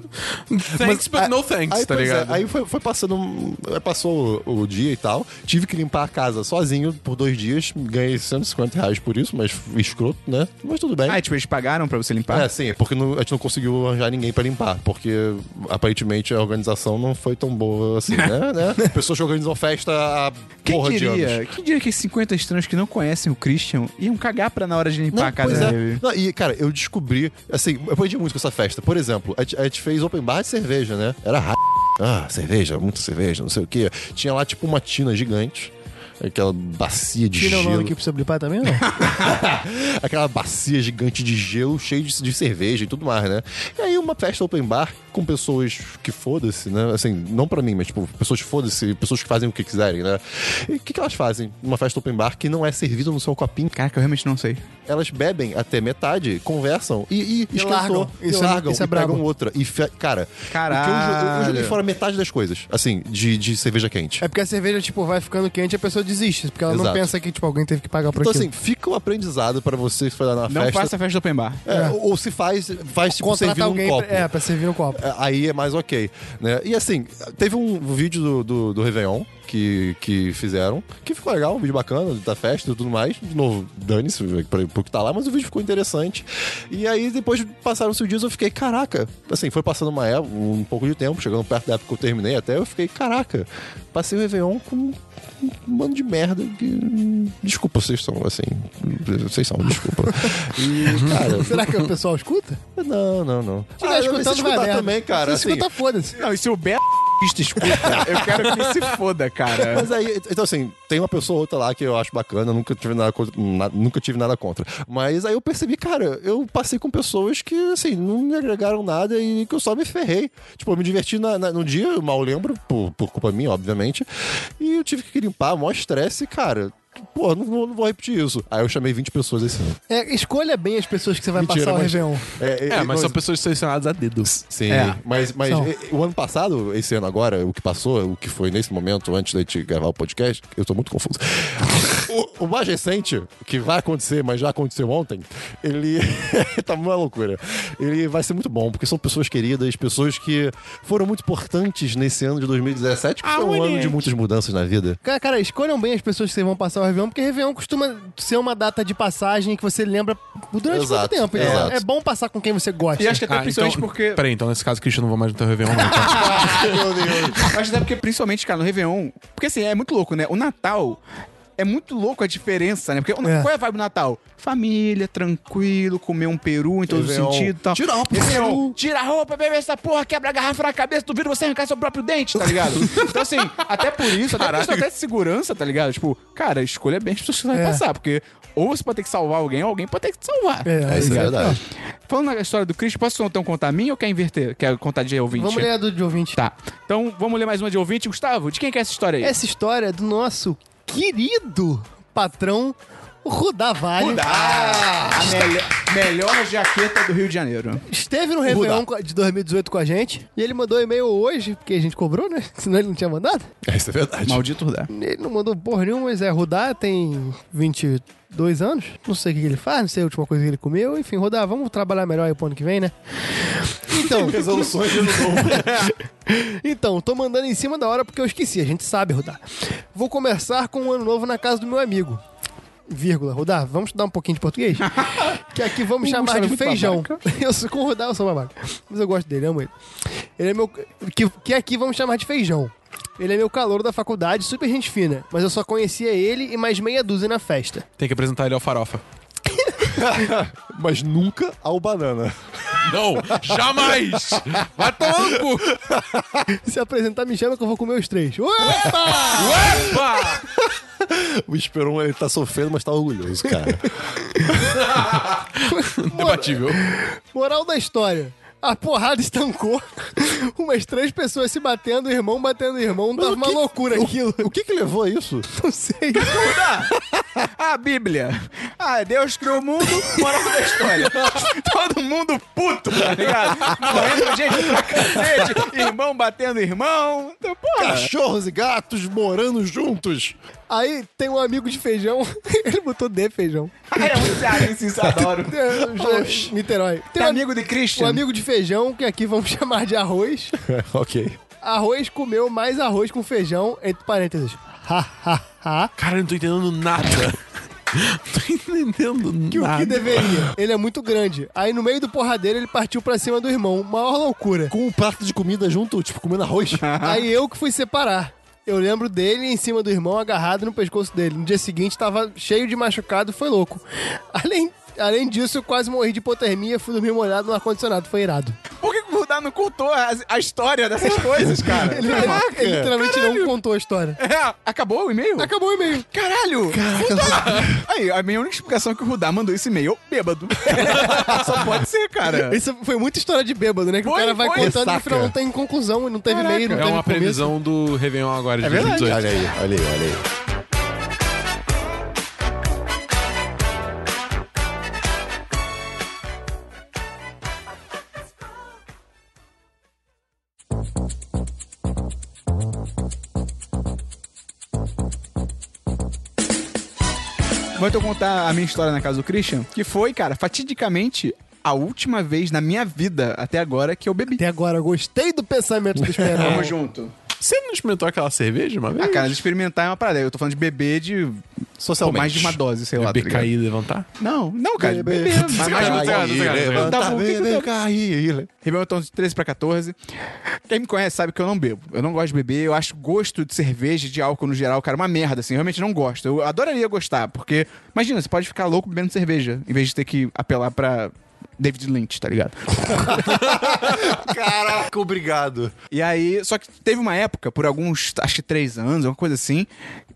Thanks, but aí- no thanks, aí, tá pois é, ligado? aí foi, foi passando. um- aí Passou o, o dia e tal. Tive que limpar a casa sozinho por dois dias. Ganhei 150 reais por isso, mas escroto, né? Mas tudo bem. Ah, tipo, eles pagaram pra você limpar? É, sim, é porque não- a gente não conseguiu arranjar ninguém pra limpar, porque aparentemente a organização não foi tão boa assim, né? né? Pessoas que organizam festa há Quem porra de diria? anos. Quem diria que esses 50 estranhos que não conhecem o Christian iam cagar pra na hora de limpar Não, a casa pois é. dele? Não, e, cara, eu descobri, assim, eu aprendi muito com essa festa. Por exemplo, a gente, a gente fez open bar de cerveja, né? Era ra... Ah, cerveja, muita cerveja, não sei o quê. Tinha lá, tipo, uma tina gigante. Aquela bacia de é Tira o gelo. nome aqui pra você blipar também, não? Aquela bacia gigante de gelo, cheia de, de cerveja e tudo mais, né? E aí uma festa open bar com pessoas que foda-se, né? Assim, não pra mim, mas tipo, pessoas que foda-se, pessoas que fazem o que quiserem, né? E o que, que elas fazem numa festa open bar que não é servida no seu copinho? Caraca, eu realmente não sei. Elas bebem até metade, conversam e, e, esquentou, largam. e Isso é- largam, isso é e pegam brabo. outra. E, fe- cara, o que eu jo- Eu, eu Caralho. joguei fora metade das coisas, assim, de, de cerveja quente. É porque a cerveja, tipo, vai ficando quente e a pessoa desiste. Porque ela não Exato. pensa que, tipo, alguém teve que pagar por Então, aquilo. assim, fica um aprendizado pra você que foi lá na Não festa. faça festa open bar. É, Ou ou se faz, faz tipo, Contrata servindo um alguém copo. pra, é, pra servir no copo. É, aí é mais ok. Né? E assim, teve um vídeo do, do, do Réveillon que, que fizeram, que ficou legal, um vídeo bacana da festa e tudo mais. De novo, dane-se pra- pro que tá lá, mas o vídeo ficou interessante. E aí depois passaram-se os dias, eu fiquei, caraca, assim, foi passando uma época, um pouco de tempo, chegando perto da época que eu terminei até, eu fiquei, caraca, passei o Réveillon com um bando de merda que... Desculpa, vocês são assim. Vocês são, desculpa. E, cara. Será que o pessoal escuta? Ah, Não, não, não. Se não eu- se escutando, vai a merda. também, cara. assim, Se escuta, foda-se. Não, e se o Beto machista escuta, eu quero que ele se foda, cara. Mas aí, então assim, tem uma pessoa ou outra lá que eu acho bacana, nunca tive nada contra, na- nunca tive nada contra. Mas aí eu percebi, cara, eu passei com pessoas que, assim, não me agregaram nada e que eu só me ferrei. Tipo, eu me diverti na, na- no dia, eu mal lembro, por, por culpa minha, obviamente. E eu tive que limpar, mó estresse, cara. Pô, não, vou- não vou repetir isso. Aí eu chamei 20 pessoas assim. esse ano. É, escolha bem as pessoas que você vai Mentira, passar o mas- Réveillon. É, É, mas não, são pessoas selecionadas a dedos. Sim, É. mas, mas São. e- o ano passado, esse ano agora, o que passou, o que foi nesse momento, antes da gente gravar o podcast, eu tô muito confuso. O, o mais recente, que vai acontecer, mas já aconteceu ontem, ele tá uma loucura. Ele vai ser muito bom, porque são pessoas queridas, pessoas que foram muito importantes nesse ano de 2017, Ah, que foi um ano de muitas mudanças na vida. Cara, cara, escolham bem as pessoas que vocês vão passar o Réveillon, porque Réveillon costuma ser uma data de passagem que você lembra durante muito Exato, tempo. Então exato. é bom passar com quem você gosta. E acho que até Ah, principalmente então- porque. Peraí, então nesse caso, Christian, não vou mais no teu Réveillon, não, tá? Acho até é porque, principalmente, cara, no Réveillon. Porque assim, é muito louco, né? O Natal. É muito louco a diferença, né? Porque o- É. qual é a vibe do Natal? Família, tranquilo, comer um peru em todo Réveillon. sentido e tal. Tira a roupa, Réveillon, peru. tira a roupa, bebe essa porra, quebra a garrafa na cabeça, duvido você arrancar seu próprio dente, tá ligado? então, assim, até por isso, até por isso, até de segurança, tá ligado? Tipo, cara, escolha bem as pessoas que você vai É. passar, porque ou você pode ter que salvar alguém, ou alguém pode ter que te salvar. É, É, isso é verdade. Falando na história do Cristo, posso então contar a minha ou quer inverter? Quer contar de ouvinte? Vamos ler a do de ouvinte. Tá. Então vamos ler mais uma de ouvinte. Gustavo, de quem que é essa história aí? Essa história é do nosso querido patrão Rudavalho. Ah, a mele- melhor jaqueta do Rio de Janeiro. Esteve no Réveillon co- de 2018 com a gente e ele mandou um e-mail hoje, porque a gente cobrou, né? Senão ele não tinha mandado. É, isso é verdade. Maldito Rudá. Ele não mandou porra nenhuma, mas é Rudá, tem 22 anos. Não sei o que que ele faz, não sei a última coisa que ele comeu. Enfim, Rudá, vamos trabalhar melhor aí pro ano que vem, né? Então, Resoluções de ano novo. então, tô mandando em cima da hora porque eu esqueci, a gente sabe, Rudá. Vou começar com o ano novo na casa do meu amigo. Vírgula, Rudá, vamos estudar um pouquinho de português? que aqui vamos O chamar Gustavo é de muito feijão. babaca. Eu sou com o Rudá, eu sou babaca. Mas eu gosto dele, amo ele. Ele é meu. Que, que aqui vamos chamar de feijão. Ele é meu calor da faculdade, super gente fina. Mas eu só conhecia ele e mais meia dúzia na festa. Tem que apresentar ele ao farofa. Mas nunca ao banana. Não, jamais! Vai tomar no cu! Se apresentar, me chama que eu vou comer os três. Opa! Uepa! O Esperon, ele tá sofrendo, mas tá orgulhoso, cara. Debatível. Moral da história. A porrada estancou. Umas três pessoas se batendo, irmão batendo irmão. Tava uma loucura aquilo. O que que levou a isso? Não sei. A Bíblia. Ah, Deus criou o mundo, moral da história. Todo mundo puto, tá ligado? Morrendo gente pra cacete, irmão batendo irmão. Então, É. Porra. Cachorros e gatos morando juntos. Aí tem um amigo de feijão. Ele botou de feijão. É um cearense, isso adoro. É, já- Niterói. Tem um amigo de Um Christian. amigo de feijão, que aqui vamos chamar de arroz. ok. Arroz comeu mais arroz com feijão, entre parênteses. Ha, ha, ha. Cara, eu não tô entendendo nada. Não tô entendendo Que o nada. que deveria. Ele é muito grande. Aí no meio do porradeiro ele partiu pra cima do irmão. Maior loucura. Com um prato de comida junto, tipo, comendo arroz. Aí eu que fui separar. Eu lembro dele em cima do irmão, agarrado no pescoço dele. No dia seguinte, tava cheio de machucado, foi louco. Além, além disso, eu quase morri de hipotermia, fui dormir molhado no ar-condicionado, foi irado. Por que que o Rudá não contou a, a história dessas coisas, cara? Ele, ele literalmente não contou a história. É, acabou o e-mail? Acabou o e-mail. Caralho! Rudá! Aí, a minha única explicação é que o Rudá mandou esse e-mail bêbado. Só pode ser, cara. Isso foi muita história de bêbado, né? Que o É. Foi, cara vai foi. contando e no Saca. final não tem conclusão, não teve e-mail, não É teve uma começo. previsão do Réveillon agora de É verdade. 2018. Olha aí, olha aí, olha aí. Vou então contar a minha história na casa do Christian, que foi, cara, fatidicamente a última vez na minha vida até agora que eu bebi. Até agora, eu gostei do pensamento do Esperão. Tamo junto. Você não experimentou aquela cerveja uma vez? Ah, cara, experimentar é uma parada. Eu tô falando de beber de. Pô, Socialmente. mais de uma dose, sei lá. tá É Beber, ligado? cair e levantar? Não, não, cara, beber. Mas mais de uma Cair, dose. levantar, Tá bom, o que que eu tô- cair. Ribeirão então de 13 pra 14. Quem me conhece sabe que eu não bebo. Eu não gosto de beber. Eu acho gosto de cerveja, de álcool no geral, cara, uma merda, assim. Eu realmente não gosto. Eu adoraria gostar, porque... Imagina, você pode ficar louco bebendo cerveja, em vez de ter que apelar pra... David Lynch, tá ligado? Caraca, obrigado. E aí, só que teve uma época, por alguns, acho que três anos, alguma coisa assim.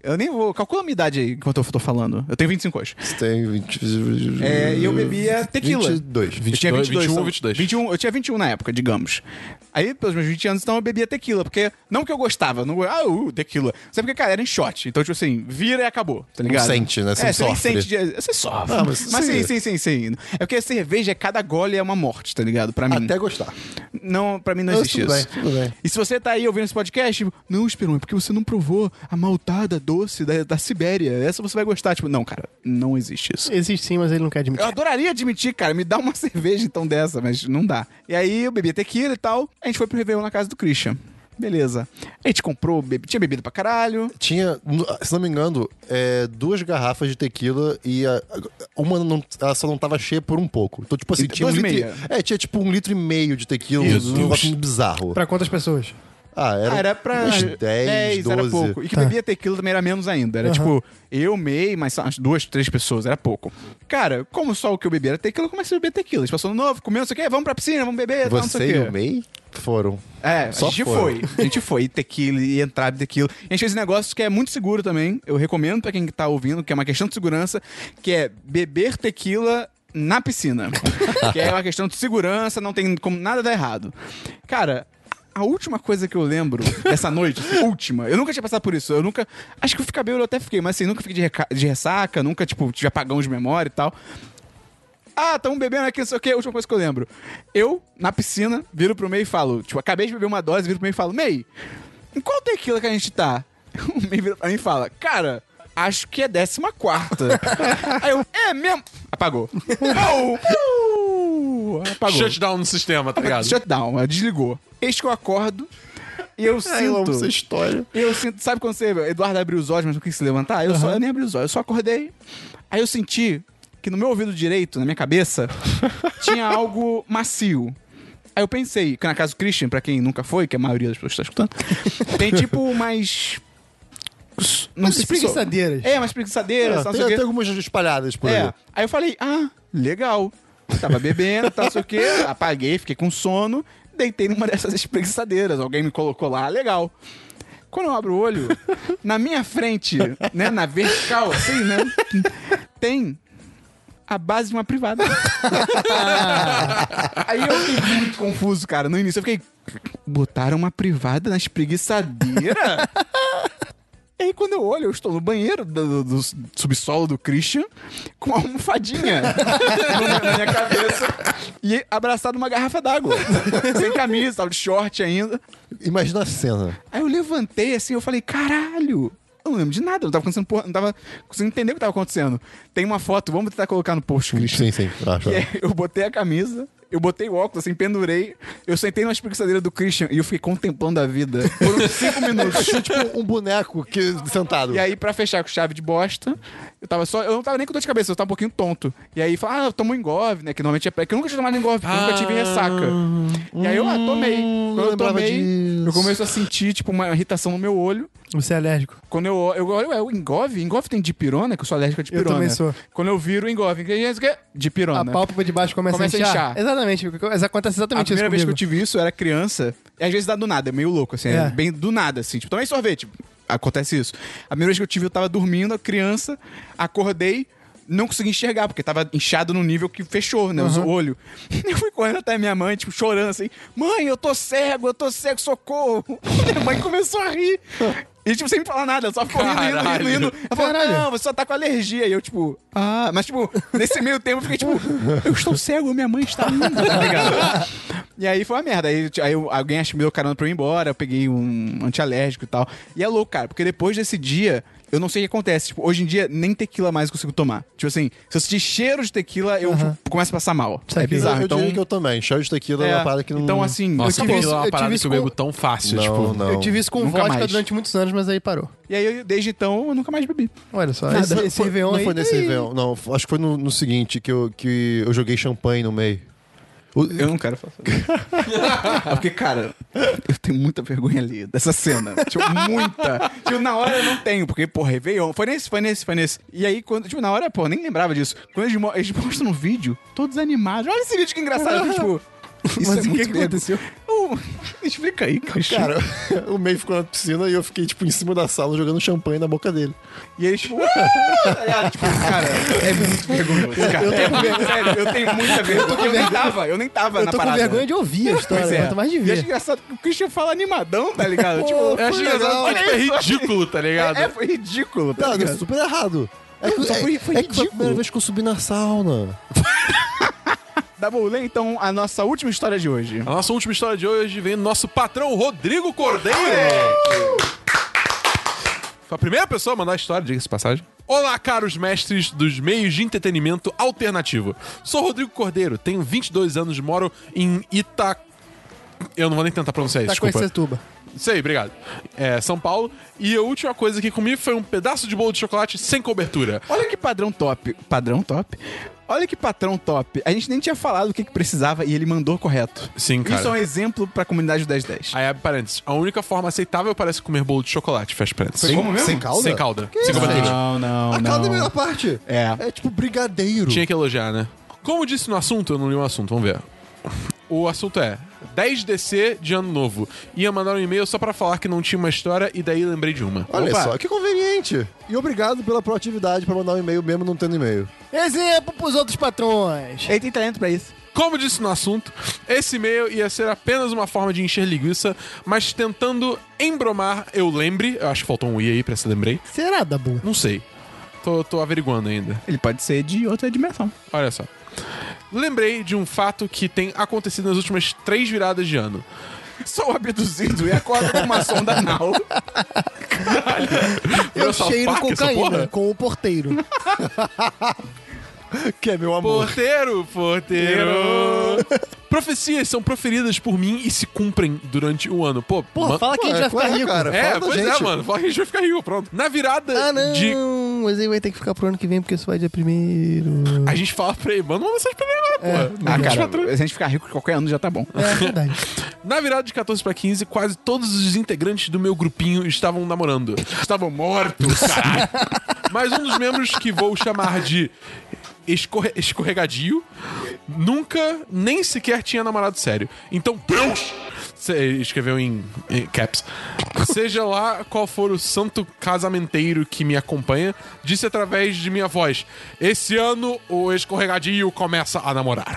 Eu nem vou. Calcula a minha idade aí enquanto eu tô falando. Eu tenho 25 hoje. Você tem 20... É, e eu bebia tequila. 22. Eu tinha 22, 21 ou são- 22? 21, eu tinha 21 na época, digamos. Aí, pelos meus 20 anos, então eu bebia tequila, porque não que eu gostava, não, ah, uh, tequila. Sabe porque, cara, era em shot. Então, tipo assim, vira e acabou, tá ligado? sente, né? Você é, não você nem sofre. sente de- você sofre. Ah, mas mas sim, sim. sim, sim, sim. É porque cerveja, cada gole é uma morte, tá ligado? Pra mim. Até gostar. Não, pra mim não Não, existe tudo isso. bem, tudo bem. E se você tá aí ouvindo esse podcast, tipo, não, Esperon, é porque você não provou a maltada doce da, da Sibéria. Essa você vai gostar. Tipo, não, cara, não existe isso. Existe sim, mas ele não quer Eu admitir. adoraria admitir, cara, me dá uma cerveja então dessa, mas não dá. E aí eu bebi tequila e tal, a gente foi pro Réveillon na casa do Christian. Beleza. A gente comprou, bebe- tinha bebido pra caralho. Tinha, se não me engano, é, duas garrafas de tequila e a- uma não, ela só não tava cheia por um pouco. Então, tipo assim, E tinha um duas e litro. meia. É, tinha tipo um litro e meio de tequila, Isso. um negócio bizarro. Pra quantas pessoas? Ah, era, Ah, era pra uns 10, 12. era pouco. E que Tá. bebia tequila também era menos ainda. Era tipo, eu, May, mas só umas duas, três pessoas, era pouco. Cara, como só o que eu bebia era tequila, eu comecei a beber tequila. A gente passou no novo, comeu, não sei o quê, vamos pra piscina, vamos beber, tal, não sei Você e o o quê. May foram. É, Só a gente foi. foram. A gente foi, e tequila e entrada de tequila. E a gente fez um negócio que é muito seguro também. Eu recomendo pra quem tá ouvindo, que é uma questão de segurança, que é beber tequila na piscina. que é uma questão de segurança, não tem como nada dar errado. Cara, a última coisa que eu lembro dessa noite, assim, última, eu nunca tinha passado por isso. Eu nunca. Acho que eu ficar bêbado eu até fiquei, mas assim, nunca fiquei de, reca- de ressaca, nunca, tipo, tive apagão de memória e tal. Ah, tamo bebendo aqui, não sei o que, a última coisa que eu lembro. Eu, na piscina, viro pro meio e falo, tipo, acabei de beber uma dose, viro pro meio e falo, Mei, em qual tequila que a gente tá? O meio vira pra mim e fala, cara, acho que é décima quarta. Aí eu, é mesmo? Apagou. Au! Apagou. Shutdown no sistema, tá ligado? Shutdown, desligou. Eis que eu acordo e eu sinto. Eu amo essa história. Eu sinto, sabe quando você, Eduardo abriu os olhos, mas não quis se levantar? Eu, só, eu nem abri os olhos, eu só acordei. Aí eu senti que no meu ouvido direito, na minha cabeça, tinha algo macio. Aí eu pensei, que na casa do Christian, pra quem nunca foi, que a maioria das pessoas tá escutando, tem tipo umas. Não Umas sei se sou- espreguiçadeiras. É, umas preguiçadeiras, É, tal, não tem, sei o tem quê. algumas espalhadas por É. aí. Aí eu falei, ah, legal. Tava bebendo, tá, não sei o quê. Apaguei, fiquei com sono. Deitei numa dessas espreguiçadeiras. Alguém me colocou lá, "Ah, legal. Quando eu abro o olho, na minha frente, né, na vertical, assim, né, tem a base de uma privada. Ah. Aí eu fiquei muito confuso, cara, no início. Eu fiquei, botaram uma privada na espreguiçadeira? E aí, quando eu olho, eu estou no banheiro do, do- do subsolo do Christian com uma almofadinha na minha cabeça e abraçado uma garrafa d'água. sem camisa, tava de short ainda. Imagina a cena. Aí eu levantei assim, eu falei, caralho! Eu não lembro de nada, não tava acontecendo porra, não tava conseguindo entender o que tava acontecendo. Tem uma foto, vamos tentar colocar no post, Christian. Sim, sim. Que Acho. é, eu botei a camisa, eu botei o óculos, assim, pendurei, eu sentei numa espreguiçadeira do Christian e eu fiquei contemplando a vida por uns cinco minutos. tipo um boneco que, sentado. E aí, pra fechar com chave de bosta, eu tava só. Eu não tava nem com dor de cabeça, eu tava um pouquinho tonto. E aí fala, ah, eu tomo engove, né? Que normalmente é. pra- Que eu nunca tinha tomado engove, porque eu nunca tive ressaca. E aí eu ah, tomei. Quando não eu lembrava tomei, eu disso. começo a sentir, tipo, uma irritação no meu olho. Você é alérgico. Quando eu olho, eu olho, ué, o engove? Engove tem dipirona, que eu sou alérgico a dipirona. também sou. Quando eu viro o engove, que é isso que é? A dipirona. pálpebra de baixo começa, Começa a a inchar. inchar. Exatamente. Exa- Acontece A exatamente isso primeira vez que eu comigo. tive isso, eu era criança. E às vezes dá do nada, é meio louco, assim. É. É. bem do nada, assim. Tipo, também sorvete. Acontece isso. A primeira vez que eu tive, eu tava dormindo, a criança, acordei, não consegui enxergar, porque tava inchado num nível que fechou, né? O olho. Eu fui correndo até minha mãe, tipo, chorando assim: Mãe, eu tô cego, eu tô cego, socorro. Minha mãe começou a rir. E, tipo, sem falar nada, só ficou rindo, rindo, rindo, Caralho. rindo. Ela falou, Caralho. não, você só tá com alergia. E eu, tipo, ah, mas, tipo, nesse meio tempo eu fiquei, tipo, eu estou cego, minha mãe está linda, tá ligado? E aí foi uma merda. Aí, aí eu- alguém acho que me deu carona pra eu ir embora, eu peguei um antialérgico e tal. E é louco, cara, porque depois desse dia, eu não sei o que acontece. Tipo, hoje em dia, nem tequila mais eu consigo tomar. Tipo assim, se eu sentir cheiro de tequila, eu tipo, começo a passar mal. Isso é aqui. bizarro. eu então, diria que eu também. Cheio de tequila é é, uma parada que não. então, assim, Nossa, eu tive aquilo isso- é uma eu parada tive que eu isso bebo com- tão fácil, não, tipo. não. Eu tive isso com Nunca vodka mais. durante muitos anos, mas aí parou. E aí, eu- desde então, eu nunca mais bebi. Olha só, Nada. um esse, Foi- esse Réveillon um. não aí... foi nesse Réveillon, não. Acho que foi no, no seguinte, que eu, que eu joguei champanhe no meio. O- Eu não quero falar sobre isso. É Porque, cara, eu tenho muita vergonha ali dessa cena. Tipo, muita. Tipo, na hora eu não tenho, porque, pô, Réveillon. Foi nesse, foi nesse, foi nesse. E aí, quando, tipo, na hora, pô, eu nem lembrava disso. Quando eles, mo- eles postam no vídeo, todos animados. Olha esse vídeo que engraçado. Eu, tipo, isso Mas é o que muito que medo. aconteceu? Uh, explica aí, Cristian. Cara, o May ficou na piscina e eu fiquei, tipo, em cima da sala jogando champanhe na boca dele. E eles, tipo, "Ah!" tá ligado? Tipo, cara, é muito vergonhoso, cara. É muito- sério, eu tenho muita vergonha. Porque eu nem tava, eu nem tava Tá Eu na tô com parada. vergonha de ouvir a Pois história, é. quanto mais de E acho ver. tá engraçado que o Christian fala animadão, tá ligado? tipo, Pô, Eu acho engraçado legal, porque tipo, é ridículo, tá ligado? é, foi ridículo, tá Tá, deu ligado? super errado. É, que- Só foi- foi é- é que foi a ridículo. primeira vez que eu subi na sauna. Double Lay, então, a nossa última história de hoje. A nossa última história de hoje vem do nosso patrão Rodrigo Cordeiro. Foi a primeira pessoa a mandar a história, diga-se de passagem. Olá, caros mestres dos meios de entretenimento alternativo. Sou Rodrigo Cordeiro, tenho 22 anos, moro em Ita... Eu não vou nem tentar pronunciar isso, Tá com desculpa. esse tuba. Sei, obrigado. É, São Paulo. E a última coisa que comi foi um pedaço de bolo de chocolate sem cobertura. Olha que padrão top. Padrão top? Olha que patrão top. A gente nem tinha falado o que, que precisava e ele mandou correto. Sim, cara. Isso é um exemplo pra comunidade do 1010. Aí abre parênteses. A única forma aceitável parece comer bolo de chocolate, fecha parênteses. como mesmo? Sem calda? Sem calda. isso, sem cobertura. Não, não, A calda é a melhor parte. É. É tipo brigadeiro. Tinha que elogiar, né? Como disse no assunto, eu não li o assunto, vamos ver. O assunto é 10DC de ano novo. Ia mandar um e-mail só pra falar que não tinha uma história e daí lembrei de uma. Olha Opa. só, que conveniente. E obrigado pela proatividade pra mandar um e-mail mesmo não tendo e-mail. Exemplo pros outros patrões. Ele tem talento pra isso. Como disse no assunto, esse e-mail ia ser apenas uma forma de encher linguiça, mas tentando embromar, eu lembre. Eu acho que faltou um i aí pra se lembrei. Será, Dabu? Não sei. Tô, tô averiguando ainda. Ele pode ser de outra dimensão. Olha só. Lembrei de um fato que tem acontecido nas últimas três viradas de ano. Sou abduzido e acordo com uma sonda anal. Eu Só cheiro paca essa cocaína porra? com o porteiro. Que é meu amor. Porteiro, porteiro. Profecias são proferidas por mim e se cumprem durante o ano. Pô, Porra, ma- fala que a gente vai qual ficar é, rico. cara? É, Fala da pois é, gente. mano. Fala que a gente vai ficar rico, pronto. Na virada Ah, não. de. Mas aí vai ter que ficar pro ano que vem, porque isso vai dia primeiro. A gente fala pra ele, manda uma mensagem pra ele agora, pô. Ah, cara, se a gente ficar rico qualquer ano já tá bom. É verdade. Na virada de 14 pra 15, quase todos os integrantes do meu grupinho estavam namorando. Estavam mortos, caralho. Mas um dos membros que vou chamar de escorre- escorregadio nunca nem sequer tinha namorado sério. Então, Deus! Cê escreveu em, em caps. Seja lá qual for o santo casamenteiro que me acompanha, disse através de minha voz: Esse ano o escorregadio começa a namorar.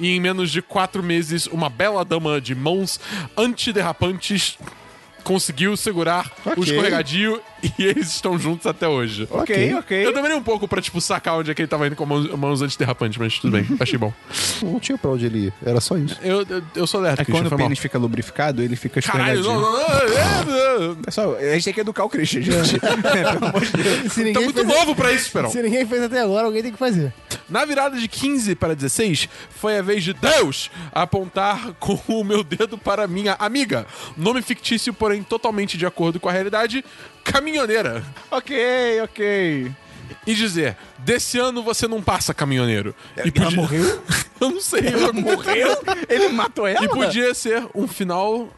E em menos de quatro meses, uma bela dama de mãos antiderrapantes conseguiu segurar o Ok. escorregadio e eles estão juntos até hoje. ok, Eu ok. demorei um pouco pra, tipo, sacar onde é que ele tava indo com mãos, mãos antiderrapantes, mas tudo bem, achei bom. Não tinha pra onde ele ir, era só isso. Eu, eu, eu sou lerdo, É Christian, quando o foi mal. pênis fica lubrificado, ele fica Caralho, escorregadinho. não, não, é, não, não, não. Pessoal, a gente tem que educar o Christian, gente. É, Pelo amor de Deus. Se Tá ninguém, muito fez, novo pra isso, Perão. se ninguém fez até agora, alguém tem que fazer. Na virada de 15 para 16, foi a vez de Deus apontar com o meu dedo para minha amiga. Nome fictício, porém totalmente de acordo com a realidade, caminhoneira. ok, ok. E dizer, desse ano você não passa caminhoneiro. E podia... morreu? Eu não sei, ela morreu? Tá Ele matou ela? E podia ser um final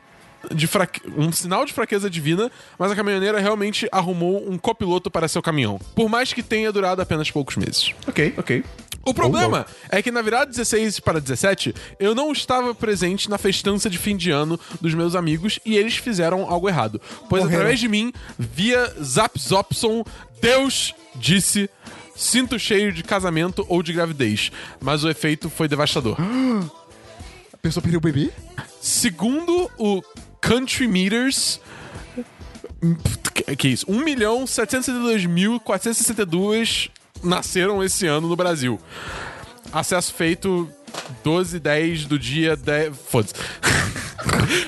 de fraque... um sinal de fraqueza divina, mas a caminhoneira realmente arrumou um copiloto para seu caminhão. Por mais que tenha durado apenas poucos meses. Ok, ok. O problema é que na virada 16 para 17, eu não estava presente na festança de fim de ano dos meus amigos e eles fizeram algo errado. Pois através de mim, via Zapzopson, Deus disse. Sinto cheio de casamento ou de gravidez, mas o efeito foi devastador. A pessoa perdeu o bebê? Segundo o Country Meters. Que, que é isso? 1.772.462 nasceram esse ano no Brasil. Acesso feito 12 10 do dia 10. Foda-se.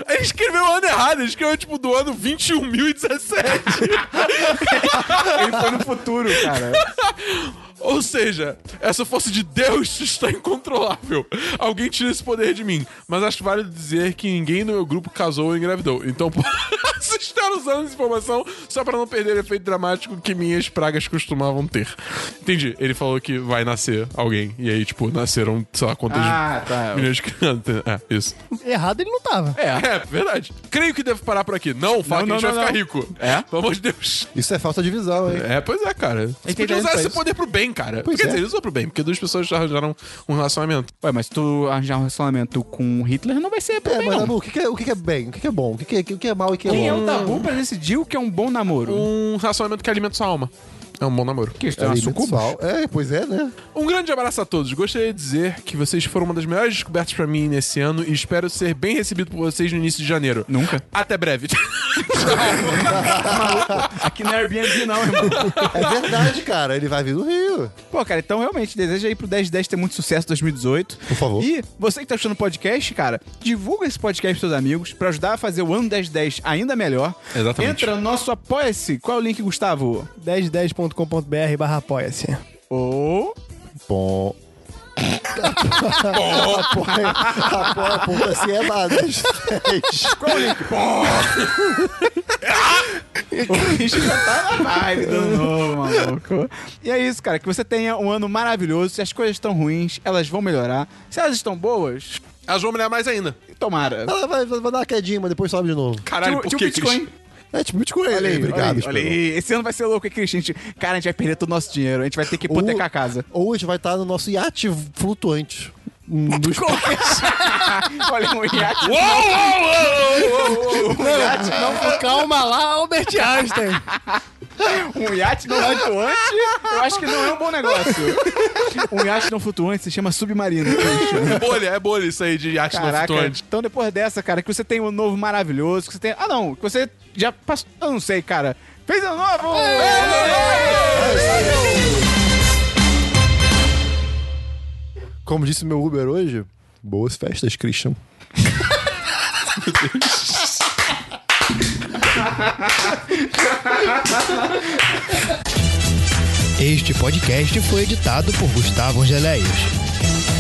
Ele escreveu o ano errado, ele escreveu tipo do ano 21.017. Ele foi no futuro, cara. Ou seja, essa força de Deus está incontrolável. Alguém tira esse poder de mim. Mas acho válido dizer que ninguém no meu grupo casou ou engravidou. Então, posso estar usando essa informação só para não perder o efeito dramático que minhas pragas costumavam ter. Entendi. Ele falou que vai nascer alguém. E aí, tipo, nasceram, sei lá, quantas Ah, tá. meninas que... É, isso. Errado ele não tava. É, é, verdade. Creio que devo parar por aqui. Não, Fá, que a não, gente não, vai ficar não. rico. É? Pelo amor de Deus. Isso é falta de visão, hein? É, pois é, cara. Você podia Entendendo usar pra esse isso. poder pro bem, cara. Pois é. Quer dizer, ele usou pro bem, porque duas pessoas já arranjaram um relacionamento. Ué, mas tu arranjar um relacionamento com Hitler não vai ser É, problema. mas não. Dabu, o que, que é, o que, que é bem? O que, que é bom? O que, que é, o que é mal e o que é Quem é bom? o tabu pra decidir o que é um bom namoro? Um relacionamento que alimenta sua alma. É um bom namoro. Que isso, É, é uma alimento sucuba? sal. é, pois é, né? Um grande abraço a todos. Gostaria de dizer que vocês foram uma das melhores descobertas pra mim nesse ano e espero ser bem recebido por vocês no início de janeiro. Nunca. Até breve. Aqui não é Airbnb não, irmão. É verdade, cara. Ele vai vir do Rio. Pô, cara, então realmente deseja aí pro 1010 ter muito sucesso em 2018. Por favor. E você que tá achando o podcast, cara, divulga esse podcast pros seus amigos pra ajudar a fazer o ano 1010 ainda melhor. Exatamente. Entra no nosso Apoia-se. Qual é o link, Gustavo? 1010.com.br barra apoia-se. Ou... Bom. apoia, apoia, apoia, se é nada. Qual é o link? o bicho já tá na vibe do novo, maluco. E é isso, cara. Que você tenha um ano maravilhoso. Se as coisas estão ruins, elas vão melhorar. Se elas estão boas, Elas vão melhorar mais ainda. tomara. Ela vai, vai dar uma quedinha, mas depois sobe de novo. Caralho, por Tipo- que, tipo né? Bitcoin. Cris? É tipo Bitcoin. Olha aí, Olha obrigado. aí, olha aí. Esse ano vai ser louco, hein, Cristian? A gente- Cara, a gente vai perder todo o nosso dinheiro. A gente vai ter que Ou- hipotecar a casa. Ou a gente vai estar no nosso iate flutuante. Um No Como que- Olha, um iate. Uou, uou, uou, uou, uou. Não, calma lá, Albert Einstein. Um iate não flutuante, eu acho que não é um bom negócio. Um iate não flutuante se chama submarino, Christian. É bolha, é bolha isso aí de arte Caraca. flutuante. Então, depois dessa, cara, que você tem um novo maravilhoso, que você tem. Ah, não, que você já passou. Eu não sei, cara. Fez ano novo! Como disse meu Uber hoje, boas festas, Christian. Este podcast foi editado por Gustavo Angeléias.